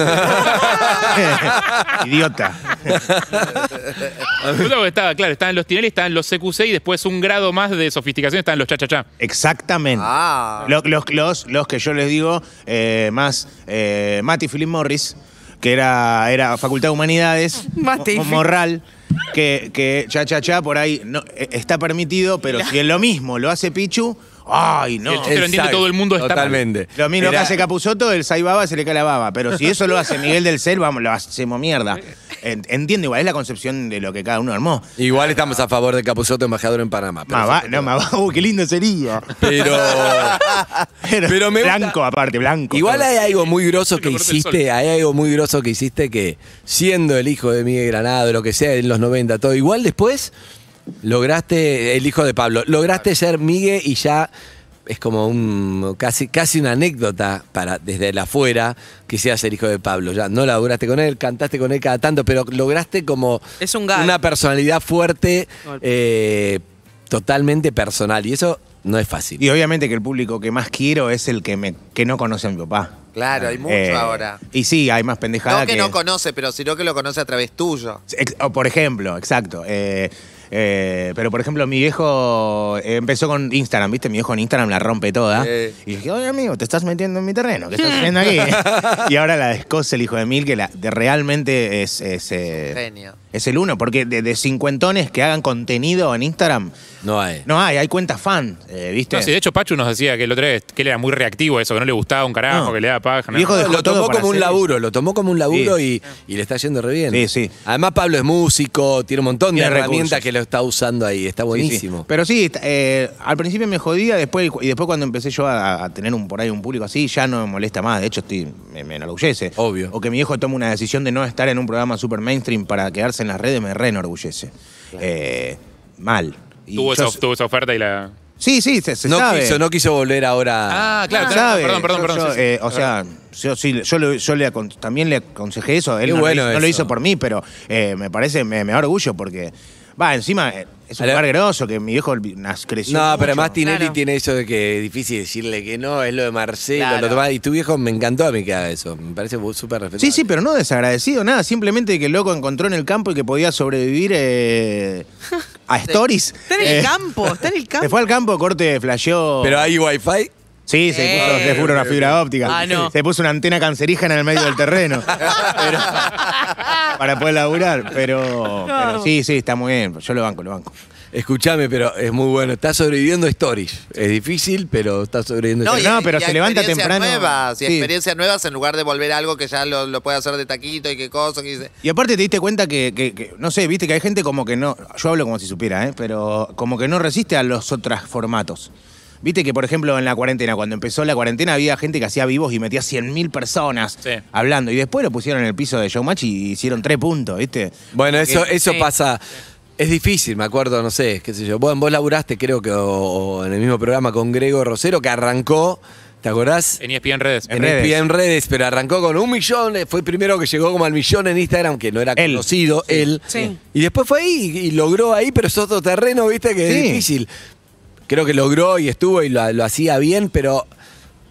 Speaker 3: (laughs) Idiota.
Speaker 5: Yo creo que estaba, claro, estaban los Tinelli, estaban los CQC y después un grado más de sofisticación estaban los cha-cha-cha.
Speaker 3: Exactamente.
Speaker 6: Ah.
Speaker 3: Lo- Los, los, los que yo les digo, eh, más eh, Mati Philip Morris, que era, era Facultad de Humanidades,
Speaker 4: Mati.
Speaker 3: Mo- Morral, que, que cha cha cha por ahí no, eh, está permitido, pero si es lo mismo, lo hace Pichu, ay no.
Speaker 5: El chiste lo entiende
Speaker 2: Exacto,
Speaker 5: todo el mundo, está mal.
Speaker 2: Totalmente.
Speaker 3: Lo mismo que
Speaker 2: Era-
Speaker 3: hace Capuzoto, el Saibaba se le cae la baba. Pero si eso lo hace Miguel del Cel, vamos, lo hacemos mierda. En- Entiendo, igual es la concepción de lo que cada uno armó.
Speaker 2: Igual estamos a favor de Capuzoto embajador en Panamá. Pero,
Speaker 3: Más Ah, va- no, más va- uy, qué lindo sería.
Speaker 2: pero-
Speaker 3: Pero,
Speaker 2: Pero me gusta-
Speaker 3: blanco, aparte, blanco.
Speaker 2: igual
Speaker 3: todo.
Speaker 2: hay algo muy groso que
Speaker 5: Lo corta el
Speaker 2: hiciste, hay algo muy groso que hiciste que siendo el hijo de Miguel Granado, lo que sea, en los 90, todo, igual después lograste, el hijo de Pablo, lograste ser Miguel y ya es como un casi, casi una anécdota para desde el afuera que seas el hijo de Pablo. Ya no laburaste con él, cantaste con él cada tanto, pero lograste como
Speaker 4: Es un gag.
Speaker 2: una personalidad fuerte,
Speaker 4: No, el-
Speaker 2: eh, totalmente personal. Y eso no es fácil.
Speaker 3: Y obviamente que el público que más quiero es el que, me, que no conoce a mi papá.
Speaker 6: Claro, hay mucho
Speaker 3: Eh,
Speaker 6: ahora.
Speaker 3: Y sí, hay más pendejada
Speaker 6: No que no conoce, pero sino que lo conoce a través tuyo.
Speaker 3: Ex- o, por ejemplo, exacto. eh, eh, pero por ejemplo, mi viejo eh, empezó con Instagram, ¿viste? Mi viejo en Instagram la rompe toda.
Speaker 6: Sí.
Speaker 3: Y yo dije, oye amigo, te estás metiendo en mi terreno, ¿qué
Speaker 6: (laughs)
Speaker 3: estás haciendo aquí? y ahora la descoce el hijo de Mil, que la, de- realmente es, es, eh,
Speaker 6: Genio.
Speaker 3: es el uno, porque de, de cincuentones que hagan contenido en Instagram,
Speaker 2: No hay.
Speaker 3: no hay, hay cuentas fan, eh, ¿viste?
Speaker 5: No, sí, de hecho Pachu nos decía que el otro día que él era muy reactivo a eso, que no le gustaba un carajo,
Speaker 3: No.
Speaker 5: que le daba paja. ¿no?
Speaker 3: Viejo de- dejó
Speaker 2: lo
Speaker 3: todo
Speaker 2: tomó
Speaker 3: para
Speaker 2: como un
Speaker 3: hacer eso.
Speaker 2: laburo, lo tomó como un laburo y, y le está yendo re bien.
Speaker 3: Sí, sí.
Speaker 2: Además, Pablo es músico, tiene un montón de
Speaker 3: Tiene
Speaker 2: herramientas
Speaker 3: recursos.
Speaker 2: que lo está usando ahí, está
Speaker 3: Sí, sí.
Speaker 2: buenísimo.
Speaker 3: Pero sí, está- eh, al principio me jodía, después, y después cuando empecé yo a, a tener un por ahí un público así, ya no me molesta más. De hecho, estoy, me, me enorgullece.
Speaker 2: Obvio.
Speaker 3: O que mi hijo tome una decisión de no estar en un programa super mainstream para quedarse en las redes, me re enorgullece. Eh, mal. Y
Speaker 5: Tuvo,
Speaker 3: yo-
Speaker 5: esa, tuvo esa oferta y la.
Speaker 3: Sí, sí, se, se
Speaker 2: no
Speaker 3: sabe.
Speaker 2: quiso, no quiso volver ahora.
Speaker 5: Ah, claro,
Speaker 3: Se sabe.
Speaker 5: perdón, perdón,
Speaker 3: Yo-
Speaker 5: perdón.
Speaker 3: yo,
Speaker 5: sí, sí.
Speaker 3: eh, o sea, yo, sí, yo, le- yo le acon- también le aconsejé eso. Él
Speaker 2: Qué
Speaker 3: no, lo
Speaker 2: bueno
Speaker 3: hizo- no
Speaker 2: eso.
Speaker 3: lo hizo por mí, pero eh, me parece, me, me da orgullo porque. Va, encima eh, es un
Speaker 2: Ale-
Speaker 3: lugar grosso que mi viejo vi- nas- creció.
Speaker 2: No, pero
Speaker 3: mucho.
Speaker 2: además Tinelli
Speaker 4: Claro.
Speaker 2: tiene eso de que es difícil decirle que no, es lo de Marcelo,
Speaker 6: Claro.
Speaker 2: lo demás. Y tu viejo me encantó a mí que haga eso. Me parece bu- súper respetable.
Speaker 3: Sí, sí, pero no desagradecido, nada. Simplemente que el loco encontró en el campo y que podía sobrevivir eh,
Speaker 4: (laughs)
Speaker 3: a stories.
Speaker 4: Está en el
Speaker 3: Eh,
Speaker 4: campo, está
Speaker 3: (laughs)
Speaker 4: en el
Speaker 3: Se
Speaker 4: campo.
Speaker 3: fue al campo, corte, flasheó.
Speaker 2: Pero hay wifi.
Speaker 3: Sí, se
Speaker 4: Eh.
Speaker 3: puso, le puso una fibra óptica.
Speaker 4: Ah, no.
Speaker 3: Se puso una antena cancerígena en el medio del terreno.
Speaker 4: (laughs)
Speaker 3: Pero- para poder laburar. Pero, pero sí, sí, está muy bien. Yo lo banco, lo banco.
Speaker 2: Escúchame, pero es muy bueno. Está sobreviviendo stories. Es difícil, pero está sobreviviendo
Speaker 3: No,
Speaker 2: stories.
Speaker 3: y- pero se levanta
Speaker 6: experiencias
Speaker 3: temprano.
Speaker 6: Nuevas, y
Speaker 3: Sí.
Speaker 6: experiencias nuevas en lugar de volver a algo que ya lo, lo puede hacer de taquito y qué cosa. Que dice.
Speaker 3: Y aparte te diste cuenta que, que- que- no sé, viste que hay gente como que no, yo hablo como si supiera, ¿eh? pero como que no resiste a los otros formatos. Viste que, por ejemplo, en la cuarentena, cuando empezó la cuarentena, había gente que hacía vivos y metía 100.000 personas
Speaker 5: Sí.
Speaker 3: hablando. Y después lo pusieron en el piso de Showmatch y hicieron tres puntos, ¿viste?
Speaker 2: Bueno, eso, eso
Speaker 4: sí.
Speaker 2: pasa. Es difícil, me acuerdo, no sé, qué sé yo. Bueno, vos laburaste, creo que, o- o en el mismo programa con Grego Rosero, que arrancó, ¿te acordás?
Speaker 5: En E ESPN Redes.
Speaker 3: En
Speaker 2: En
Speaker 3: redes.
Speaker 2: redes. en redes, pero arrancó con un millón, eh, fue el primero que llegó como al millón en Instagram, que no era
Speaker 3: Él.
Speaker 2: conocido, él.
Speaker 4: Sí.
Speaker 2: Y después fue ahí y, y logró ahí, pero es otro terreno, viste, que
Speaker 3: Sí.
Speaker 2: es difícil. Creo que logró y estuvo y lo, lo hacía bien, pero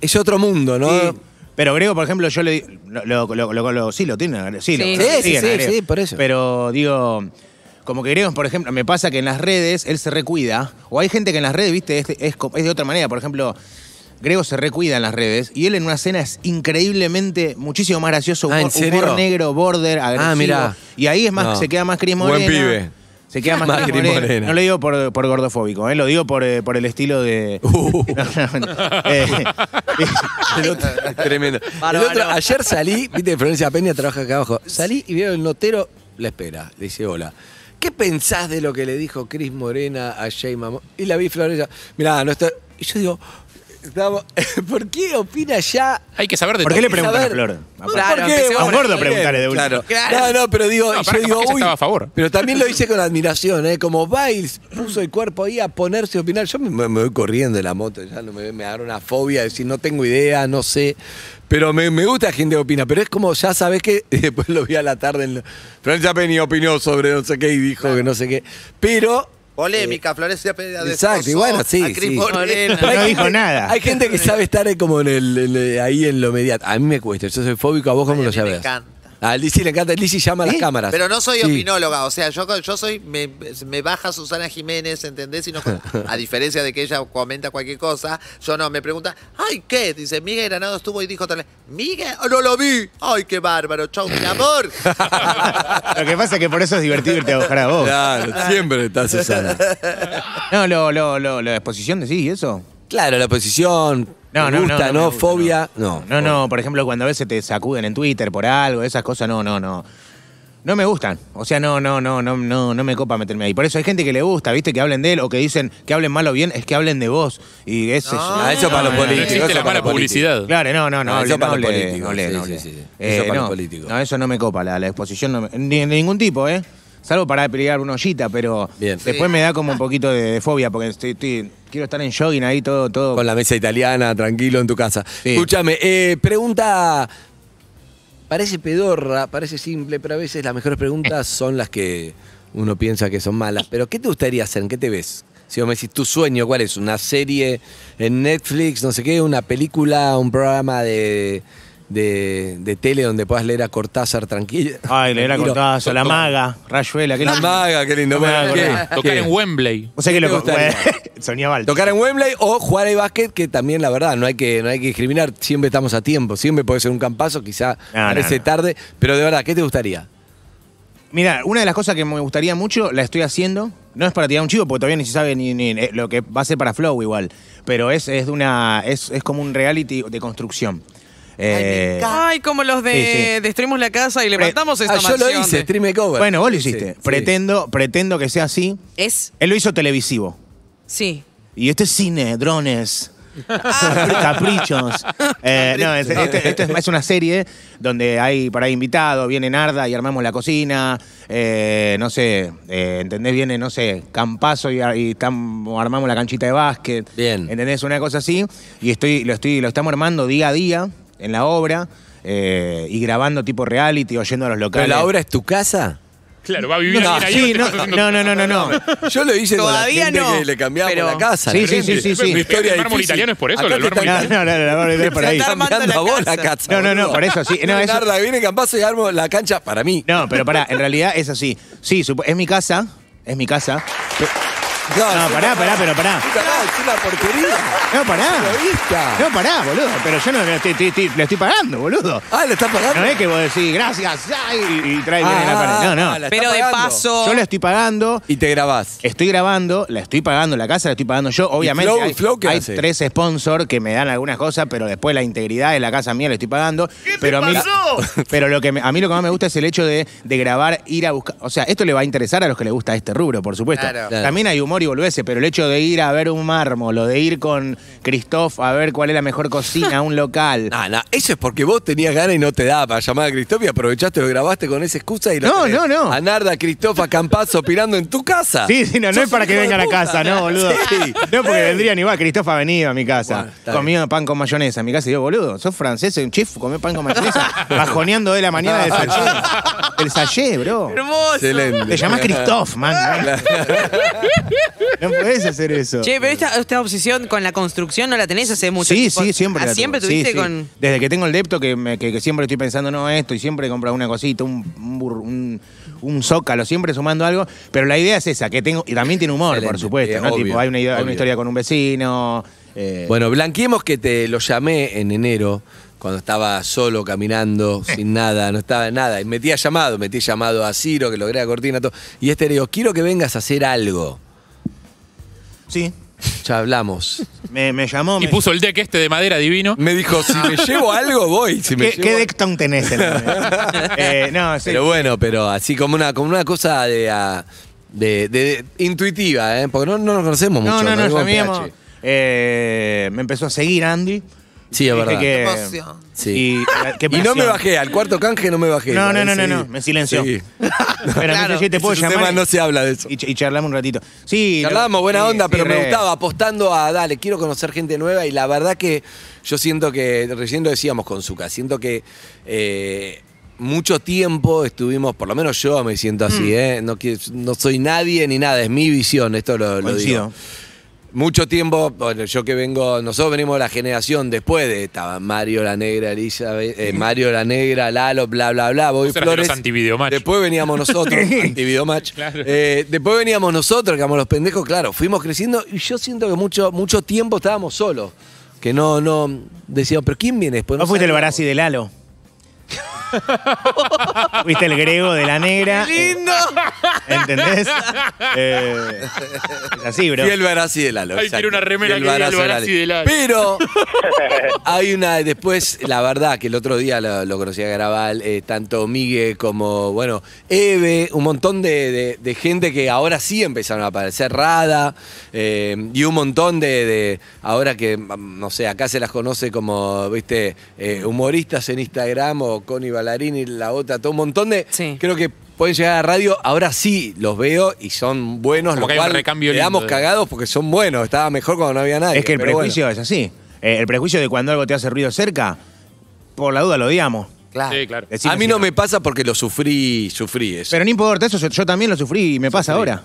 Speaker 2: es otro mundo, ¿no?
Speaker 3: Sí. Pero Grego, por ejemplo, yo le di- lo, lo- lo- lo- sí lo tiene, sí, lo-
Speaker 4: Sí.
Speaker 3: lo
Speaker 4: Sí,
Speaker 2: sí,
Speaker 3: siguen a
Speaker 2: sí,
Speaker 3: Grego.
Speaker 2: sí, por eso.
Speaker 3: Pero digo, como que Grego, por ejemplo, me pasa que en las redes él se recuida, o hay gente que en las redes, viste, es, es co- es de otra manera, por ejemplo, Grego se recuida en las redes y él en una cena es increíblemente muchísimo más gracioso,
Speaker 2: Ah, ¿en
Speaker 3: humor,
Speaker 2: serio? Ah,
Speaker 3: humor negro, border, agresivo.
Speaker 2: mirá.
Speaker 3: y ahí es más
Speaker 2: No.
Speaker 3: se queda más Cris
Speaker 2: Buen
Speaker 3: Morena.
Speaker 2: pibe.
Speaker 3: Se queda
Speaker 2: (laughs)
Speaker 3: más,
Speaker 2: Más
Speaker 3: Cris
Speaker 2: Cris
Speaker 3: Morena.
Speaker 2: Morena.
Speaker 3: No lo digo por, por gordofóbico, ¿eh? lo digo por, eh, por el estilo de...
Speaker 2: Uh.
Speaker 3: No, no, no. (laughs)
Speaker 2: (laughs)
Speaker 3: Eh,
Speaker 2: El otro- tremendo. El
Speaker 4: Bárbaro.
Speaker 2: otro, ayer salí, viste, Florencia Peña trabaja acá abajo. Salí y veo el notero, la espera, le dice hola. ¿Qué pensás de lo que le dijo Cris Morena a Jay Mamón? Y la vi Florencia, mirá, no está. Y yo digo, estábamos- (laughs) ¿por qué opina ya?
Speaker 5: Hay que saber de
Speaker 3: ¿Por
Speaker 5: todo.
Speaker 3: qué le
Speaker 2: Porque
Speaker 3: preguntan a
Speaker 2: saber-
Speaker 3: Flor?
Speaker 4: Claro,
Speaker 2: ¿Por qué?
Speaker 4: empecemos
Speaker 3: A un
Speaker 4: por
Speaker 3: gordo
Speaker 2: Está
Speaker 3: preguntarle
Speaker 2: bien,
Speaker 3: de última.
Speaker 2: claro.
Speaker 4: Claro.
Speaker 2: No, no, pero digo,
Speaker 5: No,
Speaker 2: yo
Speaker 5: para, capaz
Speaker 2: digo,
Speaker 5: que ella
Speaker 2: uy,
Speaker 5: estaba a favor.
Speaker 2: Pero también lo
Speaker 5: (laughs)
Speaker 2: hice con admiración, ¿eh? Como Biles puso el cuerpo ahí a ponerse a opinar. Yo me, me voy corriendo de la moto, ya no me, me agarra una fobia de decir, no tengo idea, no sé. Pero me, me gusta la gente que opina, pero es como, ya sabes que (laughs) y después lo vi a la tarde. En, la- Francia Penny opinó sobre no sé qué y dijo que no sé qué. Pero.
Speaker 6: Polémica, Florencia Peña
Speaker 2: Eh, Exacto,
Speaker 6: destrozó
Speaker 2: y bueno, sí,
Speaker 6: a Cris
Speaker 2: sí.
Speaker 6: Morena.
Speaker 3: Pero no
Speaker 2: hay
Speaker 3: dijo
Speaker 6: (laughs)
Speaker 2: gente-
Speaker 3: nada.
Speaker 2: Hay gente que sabe estar eh, como en el, en el- ahí en lo inmediato. A mí me cuesta, yo soy fóbico, a vos cómo
Speaker 6: Ay,
Speaker 2: lo
Speaker 6: a mí me
Speaker 2: sabés.
Speaker 6: encanta.
Speaker 2: A Lizzy le encanta, Lizzy llama a
Speaker 3: ¿Eh?
Speaker 2: las cámaras.
Speaker 6: Pero no soy
Speaker 2: Sí.
Speaker 6: opinóloga, o sea, yo, yo soy, me, me baja Susana Jiménez, ¿entendés? Y
Speaker 2: (laughs)
Speaker 6: no con- a diferencia de que ella comenta cualquier cosa, yo no, me pregunta, ay, ¿qué? Dice, Miguel Granado estuvo y dijo tal, vez, Miguel, oh, no lo vi, ay, qué bárbaro, chau,
Speaker 2: (laughs)
Speaker 6: mi amor.
Speaker 3: Lo que pasa es que por eso es divertido irte a buscar a vos.
Speaker 6: Ah.
Speaker 2: Claro, siempre está Susana.
Speaker 3: No, lo, lo, lo, la exposición de sí, eso.
Speaker 2: Claro, la posición.
Speaker 3: No,
Speaker 2: me
Speaker 3: no,
Speaker 2: gusta,
Speaker 3: no,
Speaker 2: ¿no?
Speaker 3: no me gusta,
Speaker 2: Fobia, no.
Speaker 3: No, no, por ejemplo, cuando a veces te sacuden en Twitter por algo, esas cosas, no, no, no. No me gustan. O sea, no, no, no, no, no, no me copa meterme ahí. Por eso hay gente que le gusta, ¿viste? Que hablen de él o que dicen que hablen mal o bien, es que hablen de vos. Y ese es-
Speaker 2: Ah, eso para los
Speaker 5: No
Speaker 2: políticos.
Speaker 5: existe
Speaker 2: eso
Speaker 5: la
Speaker 2: para
Speaker 5: mala
Speaker 2: los políticos.
Speaker 5: publicidad.
Speaker 3: Claro, no, Eh. no, no.
Speaker 2: No,
Speaker 3: hable,
Speaker 2: eso para
Speaker 3: no
Speaker 2: los
Speaker 3: hable,
Speaker 2: políticos,
Speaker 3: no hable,
Speaker 2: sí,
Speaker 3: no
Speaker 2: sí,
Speaker 3: hable.
Speaker 2: sí. Eso para
Speaker 3: no,
Speaker 2: los políticos.
Speaker 3: No, eso no me copa, la, la exposición no me- ni, de ningún tipo, ¿eh? Salvo para pelear una ollita, pero
Speaker 2: Bien.
Speaker 3: después me da como un poquito de, de fobia porque estoy, estoy- quiero estar en jogging ahí todo, todo.
Speaker 2: Con la mesa italiana, tranquilo en tu casa.
Speaker 3: Sí.
Speaker 2: Escúchame, eh, pregunta. Parece pedorra, parece simple, pero a veces las mejores preguntas son las que uno piensa que son malas. Pero, ¿qué te gustaría hacer? ¿En qué te ves? Si vos me decís tu sueño, ¿cuál es? ¿Una serie en Netflix, no sé qué? ¿Una película? ¿Un programa de, de, de tele donde puedas leer a Cortázar tranquilo?
Speaker 3: Ay, le era
Speaker 2: Tranquilo.
Speaker 3: cortazo, la maga, rayuela, qué
Speaker 2: La
Speaker 3: lindo.
Speaker 2: maga, qué lindo.
Speaker 3: No me
Speaker 2: Bueno,
Speaker 3: hago
Speaker 2: ¿qué?
Speaker 3: nada.
Speaker 5: Tocar
Speaker 2: ¿Qué?
Speaker 5: en Wembley.
Speaker 3: O sea que
Speaker 2: ¿Qué
Speaker 3: lo
Speaker 2: te gustaría?
Speaker 3: (laughs) Soñaba alto.
Speaker 2: Tocar en Wembley o jugar al básquet, que también la verdad, no hay que, no hay que discriminar, siempre estamos a tiempo, siempre puede ser un campazo, quizá
Speaker 3: No, no,
Speaker 2: parece
Speaker 3: no.
Speaker 2: tarde, pero de verdad, ¿qué te gustaría?
Speaker 3: Mira, una de las cosas que me gustaría mucho, la estoy haciendo. No es para tirar un chivo, porque todavía ni se sabe ni, ni- eh, lo que va a ser para Flow igual. Pero es, es de una. Es, es como un reality de construcción. Eh,
Speaker 4: Ay, como los de
Speaker 3: Sí, sí.
Speaker 4: destruimos la casa y levantamos esta
Speaker 2: Ah, yo lo
Speaker 4: mansión
Speaker 2: hice,
Speaker 4: de-
Speaker 2: stream cover.
Speaker 3: bueno, vos lo
Speaker 2: Sí,
Speaker 3: hiciste.
Speaker 2: sí.
Speaker 3: pretendo, pretendo que sea así.
Speaker 4: ¿Es?
Speaker 3: Él lo hizo televisivo.
Speaker 4: Sí.
Speaker 3: Y este es cine, drones.
Speaker 2: (laughs)
Speaker 3: Caprichos. Eh, no, es- este- esto es, es una serie donde hay para ahí invitados, viene Narda y armamos la cocina. eh, no sé, eh, ¿entendés? Viene, no sé, Campazo y, ar- y tam- armamos la canchita de básquet.
Speaker 2: Bien.
Speaker 3: ¿Entendés? Una cosa así. Y estoy, lo estoy, lo estamos armando día a día. en la obra eh, y grabando tipo reality o yendo a los
Speaker 2: ¿Pero
Speaker 3: locales.
Speaker 2: la obra es tu casa?
Speaker 5: Claro, va a vivir
Speaker 3: No,
Speaker 5: alguien ahí.
Speaker 3: sí,
Speaker 5: te
Speaker 3: no,
Speaker 5: estás haciendo-
Speaker 3: no, no, no, no, no.
Speaker 2: Yo lo hice
Speaker 4: Todavía
Speaker 2: con la gente
Speaker 4: no,
Speaker 2: que le cambiamos
Speaker 4: pero-
Speaker 2: la casa.
Speaker 3: Sí,
Speaker 2: de
Speaker 3: sí,
Speaker 2: repente.
Speaker 3: sí, sí, sí.
Speaker 2: Una historia
Speaker 5: El mármol
Speaker 2: difícil.
Speaker 5: italiano es por eso,
Speaker 2: Acá
Speaker 5: el
Speaker 2: te
Speaker 5: mármol
Speaker 2: están-
Speaker 5: italiano.
Speaker 3: No, no, no, la obra
Speaker 4: (laughs)
Speaker 3: es por
Speaker 2: Te están
Speaker 3: ahí.
Speaker 4: Está armando
Speaker 2: mirando a
Speaker 4: la
Speaker 2: vos la
Speaker 4: casa.
Speaker 2: casa.
Speaker 3: No, no, no,
Speaker 2: boludo.
Speaker 3: por eso sí. No, eso-
Speaker 2: Narda, viene Campazo y armo la cancha para mí.
Speaker 3: No, pero pará, en realidad es así. Sí, supo- es mi casa, es mi casa. No,
Speaker 2: es
Speaker 3: pará,
Speaker 2: una-
Speaker 3: pará, pero pará.
Speaker 2: Puta, no, Es una porquería.
Speaker 3: No, pará.
Speaker 2: Egoísta.
Speaker 3: No, pará, boludo. Pero yo no le estoy, estoy- estoy- le estoy pagando, boludo.
Speaker 2: Ah, ¿le estás pagando?
Speaker 3: No es que vos decís gracias ay, y, y traes bien en la
Speaker 2: Ah,
Speaker 3: pared.
Speaker 2: ah, la
Speaker 3: No, no.
Speaker 2: está
Speaker 4: Pero de
Speaker 2: pagando.
Speaker 4: paso.
Speaker 3: Yo le estoy pagando,
Speaker 2: Y te grabás.
Speaker 3: estoy grabando, la estoy pagando, la casa la estoy pagando yo. Obviamente
Speaker 2: Flow-
Speaker 3: hay,
Speaker 2: Flow qué
Speaker 3: hay
Speaker 2: hace?
Speaker 3: tres sponsors que me dan algunas cosas, pero después la integridad de la casa mía la estoy pagando. pero a mí, (laughs) Pero lo que me- a mí lo que más me gusta es el hecho de, de grabar, ir a buscar. O sea, esto le va a interesar a los que les gusta este rubro, por supuesto.
Speaker 6: Claro.
Speaker 2: Claro.
Speaker 3: También hay humor y volvese, pero el hecho de ir a ver un mármol o de ir con Christoph a ver cuál es la mejor cocina, a un local.
Speaker 2: No, no, eso es porque vos tenías ganas y no te daba para llamar a Cristóf y aprovechaste, lo grabaste con esa excusa y lo
Speaker 3: No,
Speaker 2: tenés
Speaker 3: no, no.
Speaker 2: A Narda, Cristofa, Campazzo opinando en tu casa.
Speaker 3: Sí, sí, no, no
Speaker 2: Ah. Sos
Speaker 3: es para que
Speaker 2: un hijo
Speaker 3: vengan
Speaker 2: de
Speaker 3: a
Speaker 2: puta.
Speaker 3: casa, no, boludo.
Speaker 2: (laughs)
Speaker 4: (laughs)
Speaker 2: Sí.
Speaker 3: No, porque vendría ni va. Cristófa ha venido a mi casa.
Speaker 2: Bueno, está
Speaker 3: comió pan con mayonesa. En mi casa y yo, boludo, sos francés, un chef, comió pan
Speaker 2: (laughs)
Speaker 3: con mayonesa. Bajoneando de la mañana del sallé. El sallé, bro.
Speaker 4: Hermoso.
Speaker 2: Excelente. (laughs)
Speaker 3: Te llamás Christoph, man. ¿eh? No podés hacer eso.
Speaker 4: Che, pero esta, esta obsesión con la construcción no la tenés hace mucho
Speaker 3: Sí,
Speaker 4: tiempo.
Speaker 3: sí, siempre.
Speaker 4: Ah,
Speaker 3: la
Speaker 4: siempre
Speaker 3: tuve. Sí,
Speaker 4: tuviste
Speaker 3: sí.
Speaker 4: con.
Speaker 3: Desde que tengo el depto que, me- que- que siempre estoy pensando, no, esto, y siempre compro una cosita, un, un, bur- un- un zócalo, siempre sumando algo. Pero la idea es esa, que tengo. Y también tiene humor, por
Speaker 2: Excelente.
Speaker 3: supuesto,
Speaker 2: Eh,
Speaker 3: ¿no?
Speaker 2: obvio,
Speaker 3: tipo, hay una, idea- hay una
Speaker 2: obvio.
Speaker 3: historia con un vecino. eh,
Speaker 2: Bueno, blanqueemos que te lo llamé en enero, cuando estaba solo, caminando,
Speaker 3: Eh.
Speaker 2: sin nada, no estaba en nada. Y metía llamado, metí llamado a Ciro, que logré a Cortina, todo. Y este le digo, quiero que vengas a hacer algo.
Speaker 3: sí.
Speaker 2: Ya hablamos.
Speaker 3: Me, me llamó.
Speaker 5: Y
Speaker 3: me-
Speaker 5: puso el deck este de madera divino.
Speaker 2: Me dijo, si
Speaker 3: (laughs)
Speaker 2: me llevo algo, voy. Si me
Speaker 3: ¿Qué,
Speaker 2: llevo
Speaker 3: qué
Speaker 2: algo-
Speaker 3: Decton tenés?
Speaker 2: (laughs)
Speaker 3: en la- eh, no, sí.
Speaker 2: Pero bueno, pero así como una, como una cosa de, ah, de- de- de- intuitiva, ¿eh? porque no, no nos conocemos
Speaker 3: no,
Speaker 2: mucho.
Speaker 3: no, no,
Speaker 2: vivo en
Speaker 3: sabíamos.
Speaker 2: PH.
Speaker 3: Eh, me empezó a seguir Andy.
Speaker 2: Sí, es
Speaker 3: Viste
Speaker 2: verdad.
Speaker 3: que-
Speaker 6: Emoción.
Speaker 2: Sí.
Speaker 3: Y, qué
Speaker 2: Y no
Speaker 3: pasión.
Speaker 2: me bajé, al cuarto canje no me bajé.
Speaker 3: No, no,
Speaker 2: Ahí
Speaker 3: no, no,
Speaker 2: seguí.
Speaker 3: no, me silenció.
Speaker 2: Seguí.
Speaker 3: (laughs) Pero me dice, "Che, te puedo
Speaker 2: Ese es un
Speaker 3: llamar.
Speaker 2: tema, no se habla de eso.
Speaker 3: Y, ch- y charlamos un ratito. Sí.
Speaker 2: Charlábamos,
Speaker 3: lo-
Speaker 2: buena
Speaker 3: sí,
Speaker 2: onda,
Speaker 3: sí,
Speaker 2: pero me
Speaker 3: re.
Speaker 2: gustaba apostando a, dale, quiero conocer gente nueva y la verdad que yo siento que, recién lo decíamos con Zuka, siento que eh, mucho tiempo estuvimos, por lo menos yo me siento así,
Speaker 3: Mm.
Speaker 2: ¿eh? no, que- no soy nadie ni nada, es mi visión, esto lo, lo
Speaker 3: Coincido.
Speaker 2: digo. Mucho tiempo, bueno, yo que vengo, nosotros venimos de la generación después de, estaba Mario la Negra, Elizabeth, eh, Mario la Negra, Lalo, bla, bla, bla, Bobby
Speaker 5: Vos eras de
Speaker 2: Flores.
Speaker 5: los antivideomatch.
Speaker 2: Después veníamos nosotros,
Speaker 3: (laughs)
Speaker 2: antivideomatch.
Speaker 5: (laughs) Claro.
Speaker 2: Eh, después veníamos nosotros, que éramos los pendejos, claro, fuimos creciendo y yo siento que mucho, mucho tiempo estábamos solos. Que no, no, decíamos, pero ¿quién viene después?
Speaker 3: ¿Vos fuiste el
Speaker 2: sabíamos.
Speaker 3: Barassi de Lalo?
Speaker 2: (laughs)
Speaker 3: Fuiste el grego de la negra.
Speaker 4: ¡Lindo!
Speaker 2: (laughs)
Speaker 3: ¿Entendés? Eh, es así, bro.
Speaker 2: Y el Barassi de Lalo.
Speaker 5: Ay,
Speaker 2: exacto.
Speaker 5: quiero una remera
Speaker 2: Y
Speaker 5: que diga el
Speaker 2: Barassi de Lalo.
Speaker 5: (laughs)
Speaker 2: Pero hay una, después, la verdad, que el otro día lo, lo conocí a Garabal, eh, tanto Migue como, bueno, Eve, un montón de, de- de gente que ahora sí empezaron a aparecer, Rada, eh, y un montón de, de- ahora que, mm, no sé, acá se las conoce como, viste, eh, humoristas en Instagram o Connie Ballarini, la otra, todo un montón de,
Speaker 4: Sí.
Speaker 2: creo que pueden llegar a radio, ahora sí los veo y son buenos,
Speaker 5: Como
Speaker 2: lo
Speaker 5: que hay un
Speaker 2: cual
Speaker 5: recambio
Speaker 2: quedamos
Speaker 5: lindo de-
Speaker 2: cagados porque son buenos, estaba mejor cuando no había nadie.
Speaker 3: es que el
Speaker 2: pero bueno.
Speaker 3: prejuicio es así. Eh, el prejuicio de cuando algo te hace ruido cerca, por la duda lo odiamos.
Speaker 6: Claro.
Speaker 5: Sí, claro.
Speaker 3: Decime
Speaker 2: a mí
Speaker 3: si
Speaker 2: no me pasa porque lo sufrí, sufrí eso.
Speaker 3: Pero no importa, eso yo, yo también lo sufrí y me pasa ahora.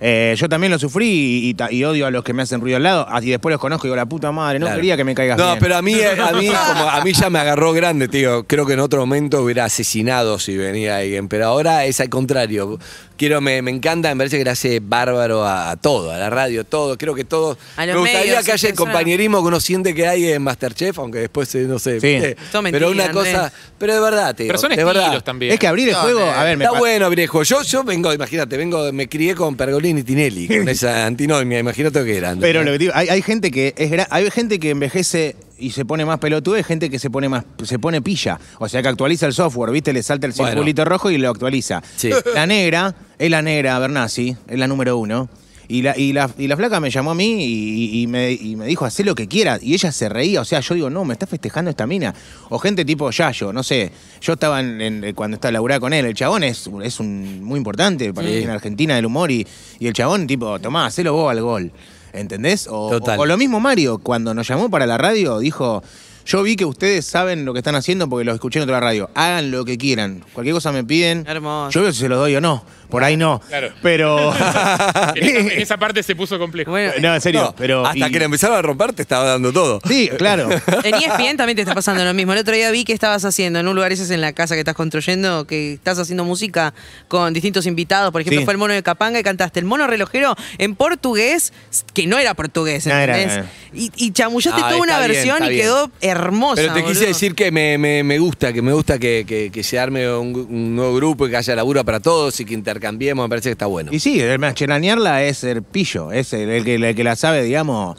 Speaker 3: Eh, yo también lo sufrí y, y ta- y odio a los que me hacen ruido al lado ah, y después los conozco y digo, la puta madre, no
Speaker 2: Claro.
Speaker 3: quería que me caigas
Speaker 2: No,
Speaker 3: bien.
Speaker 2: pero a mí,
Speaker 3: (laughs)
Speaker 2: a mí, como a mí ya me agarró grande, tío. Creo que en otro momento hubiera asesinado si venía alguien. Pero ahora es al contrario. Quiero, me, me encanta, me parece que le hace bárbaro a, a todo, a la radio, todo. Creo que todo. Me
Speaker 4: A los
Speaker 2: gustaría
Speaker 4: medios,
Speaker 2: que haya el
Speaker 4: en persona.
Speaker 2: compañerismo que uno siente que hay en Masterchef, aunque después eh, no sé.
Speaker 3: Sí.
Speaker 2: ¿viste?
Speaker 4: Todo mentira,
Speaker 2: pero una cosa.
Speaker 4: Andrés.
Speaker 2: Pero de verdad, tío.
Speaker 5: Pero son
Speaker 2: de verdad.
Speaker 5: estilos también.
Speaker 3: Es que abrir el
Speaker 6: No,
Speaker 3: juego,
Speaker 6: eh,
Speaker 3: a ver, me
Speaker 2: Está
Speaker 3: pa-
Speaker 2: bueno, viejo. Yo, yo vengo, imagínate, vengo, me crié con Pergolini y Tinelli,
Speaker 3: (laughs)
Speaker 2: con esa antinomia, imagínate que eran.
Speaker 3: Pero lo que te digo, hay, hay gente que es gra- hay gente que envejece y se pone más pelotudo, hay gente que se pone más se pone pilla, o sea, que actualiza el software, ¿viste? Le salta el
Speaker 2: Bueno.
Speaker 3: circulito rojo y lo actualiza.
Speaker 2: Sí.
Speaker 3: La negra, es la negra Bernasi, es la número uno. Y la, y, la, y la flaca me llamó a mí y, y- y me, y me dijo, hacé lo que quieras. Y ella se reía. O sea, yo digo, no, me está festejando esta mina. O gente tipo Yayo, no sé. Yo estaba en, en- cuando estaba laburada con él. El chabón es, es un, muy importante para en Argentina del humor. Y, y el chabón, tipo, tomá, hacelo vos al gol. ¿Entendés? O,
Speaker 2: Total.
Speaker 3: o- o lo mismo Mario, cuando nos llamó para la radio, dijo, Yo vi que ustedes saben lo que están haciendo porque los escuché en otra radio. Hagan lo que quieran. Cualquier cosa me piden.
Speaker 4: Hermoso.
Speaker 3: Yo veo si se los doy o no. Por ahí no.
Speaker 5: Claro.
Speaker 3: Pero.
Speaker 5: En esa,
Speaker 3: (laughs)
Speaker 5: en esa parte se puso complejo.
Speaker 4: Bueno,
Speaker 3: no, en serio.
Speaker 2: No,
Speaker 3: pero,
Speaker 2: hasta
Speaker 3: y-
Speaker 2: que lo empezaron a romper te estaba dando todo.
Speaker 3: Sí, claro.
Speaker 4: En E ESPN también te está pasando lo mismo. El otro día vi que estabas haciendo en un lugar, ese es en la casa que estás construyendo, que estás haciendo música con distintos invitados. Por ejemplo,
Speaker 3: Sí.
Speaker 4: fue el mono de Capanga y cantaste el mono relojero en portugués, que no era portugués,
Speaker 3: No era,
Speaker 4: ¿entendés?
Speaker 3: no.
Speaker 4: Y, y chamullaste
Speaker 2: Ah,
Speaker 4: toda una
Speaker 2: está bien,
Speaker 4: versión
Speaker 2: está
Speaker 4: y
Speaker 2: bien.
Speaker 4: quedó hermosa.
Speaker 2: Pero te quise
Speaker 4: boludo.
Speaker 2: decir que me, me- me gusta, que me gusta que, que- que se arme un, un nuevo grupo y que haya laburo para todos y que intercambiemos, me parece que está bueno.
Speaker 3: Y sí, el chelanearla es el pillo, es el, el que, el que la sabe, digamos,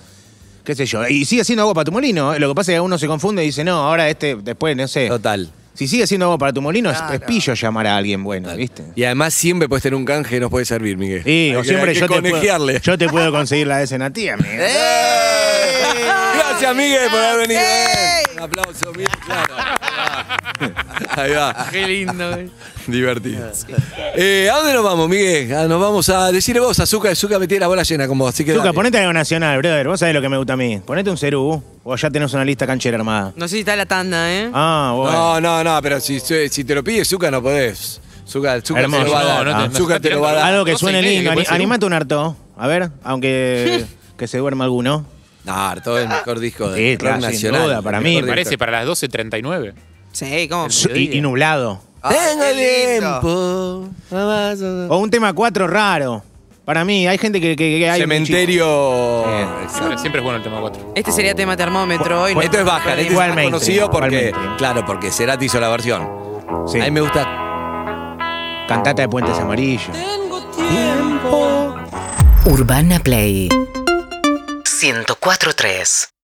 Speaker 3: qué sé yo. Y sigue siendo agua para tu molino. ¿eh? Lo que pasa es que uno se confunde y dice, no, ahora este, después, no sé.
Speaker 2: Total.
Speaker 3: Si sigue siendo agua para tu molino, es-
Speaker 6: Claro.
Speaker 3: es, pillo llamar a alguien bueno, ¿viste?
Speaker 2: Y además siempre puedes tener un canje que nos puede servir, Miguel.
Speaker 3: Sí,
Speaker 2: Hay
Speaker 3: o
Speaker 2: que-
Speaker 3: siempre
Speaker 2: hay que
Speaker 3: yo te, puedo,
Speaker 2: conejearle. Eh.
Speaker 3: yo te puedo conseguir la de
Speaker 2: (laughs)
Speaker 3: Senatía, amigo.
Speaker 2: Gracias, Miguel, por haber venido.
Speaker 4: ¡Ey!
Speaker 2: Un aplauso, Miguel. Claro. Ahí va.
Speaker 4: Qué lindo, eh. güey.
Speaker 2: (laughs) Divertido. Eh, ¿A dónde nos vamos, Miguel? Ah, Nos vamos a decirle vos, Azúcar. Azúcar me tiene la bola llena con vos. Así que
Speaker 3: Zucca,
Speaker 2: dale.
Speaker 3: ponete algo nacional, brother. Vos sabés lo que me gusta a mí. Ponete un cerú, o ya tenés una lista canchera armada.
Speaker 4: No sé si está la tanda, ¿eh?
Speaker 3: Ah, bueno.
Speaker 2: No, no, no, pero si, si te lo pide Zucca no podés. Zucca, Zucca te lo
Speaker 3: Hermoso.
Speaker 2: va a
Speaker 5: No,
Speaker 2: dar.
Speaker 5: no te-
Speaker 2: Ah. Zucca te lo va a dar.
Speaker 3: Algo que
Speaker 5: Doce y
Speaker 3: suene
Speaker 5: media,
Speaker 3: lindo.
Speaker 5: que puede
Speaker 3: Ani-
Speaker 5: ser un-
Speaker 3: Animate un harto. A ver, aunque
Speaker 2: (laughs)
Speaker 3: que se duerma alguno.
Speaker 2: No, todo el mejor disco de
Speaker 3: Sí,
Speaker 2: rock
Speaker 3: claro, sin
Speaker 2: nacional.
Speaker 3: duda, para
Speaker 2: El
Speaker 3: mí.
Speaker 5: Me
Speaker 2: mejor disco.
Speaker 5: parece para las 12.39.
Speaker 4: Sí, ¿cómo?
Speaker 3: Su- Y, y nublado.
Speaker 2: Tengo
Speaker 6: Ay, qué lindo.
Speaker 2: tiempo.
Speaker 3: O un tema 4 raro. Para mí, hay gente que, que- que hay.
Speaker 2: Cementerio.
Speaker 5: Siempre, siempre es bueno el tema 4.
Speaker 4: Este sería tema termómetro hoy. ¿no?
Speaker 2: Esto es baja, este es más
Speaker 3: Igualmente,
Speaker 2: conocido porque.
Speaker 3: igualmente.
Speaker 2: Claro, porque Cerati hizo la versión.
Speaker 3: Sí.
Speaker 2: A mí me gusta.
Speaker 3: Cantata de Puentes Amarillos.
Speaker 1: Urbana Play 104.3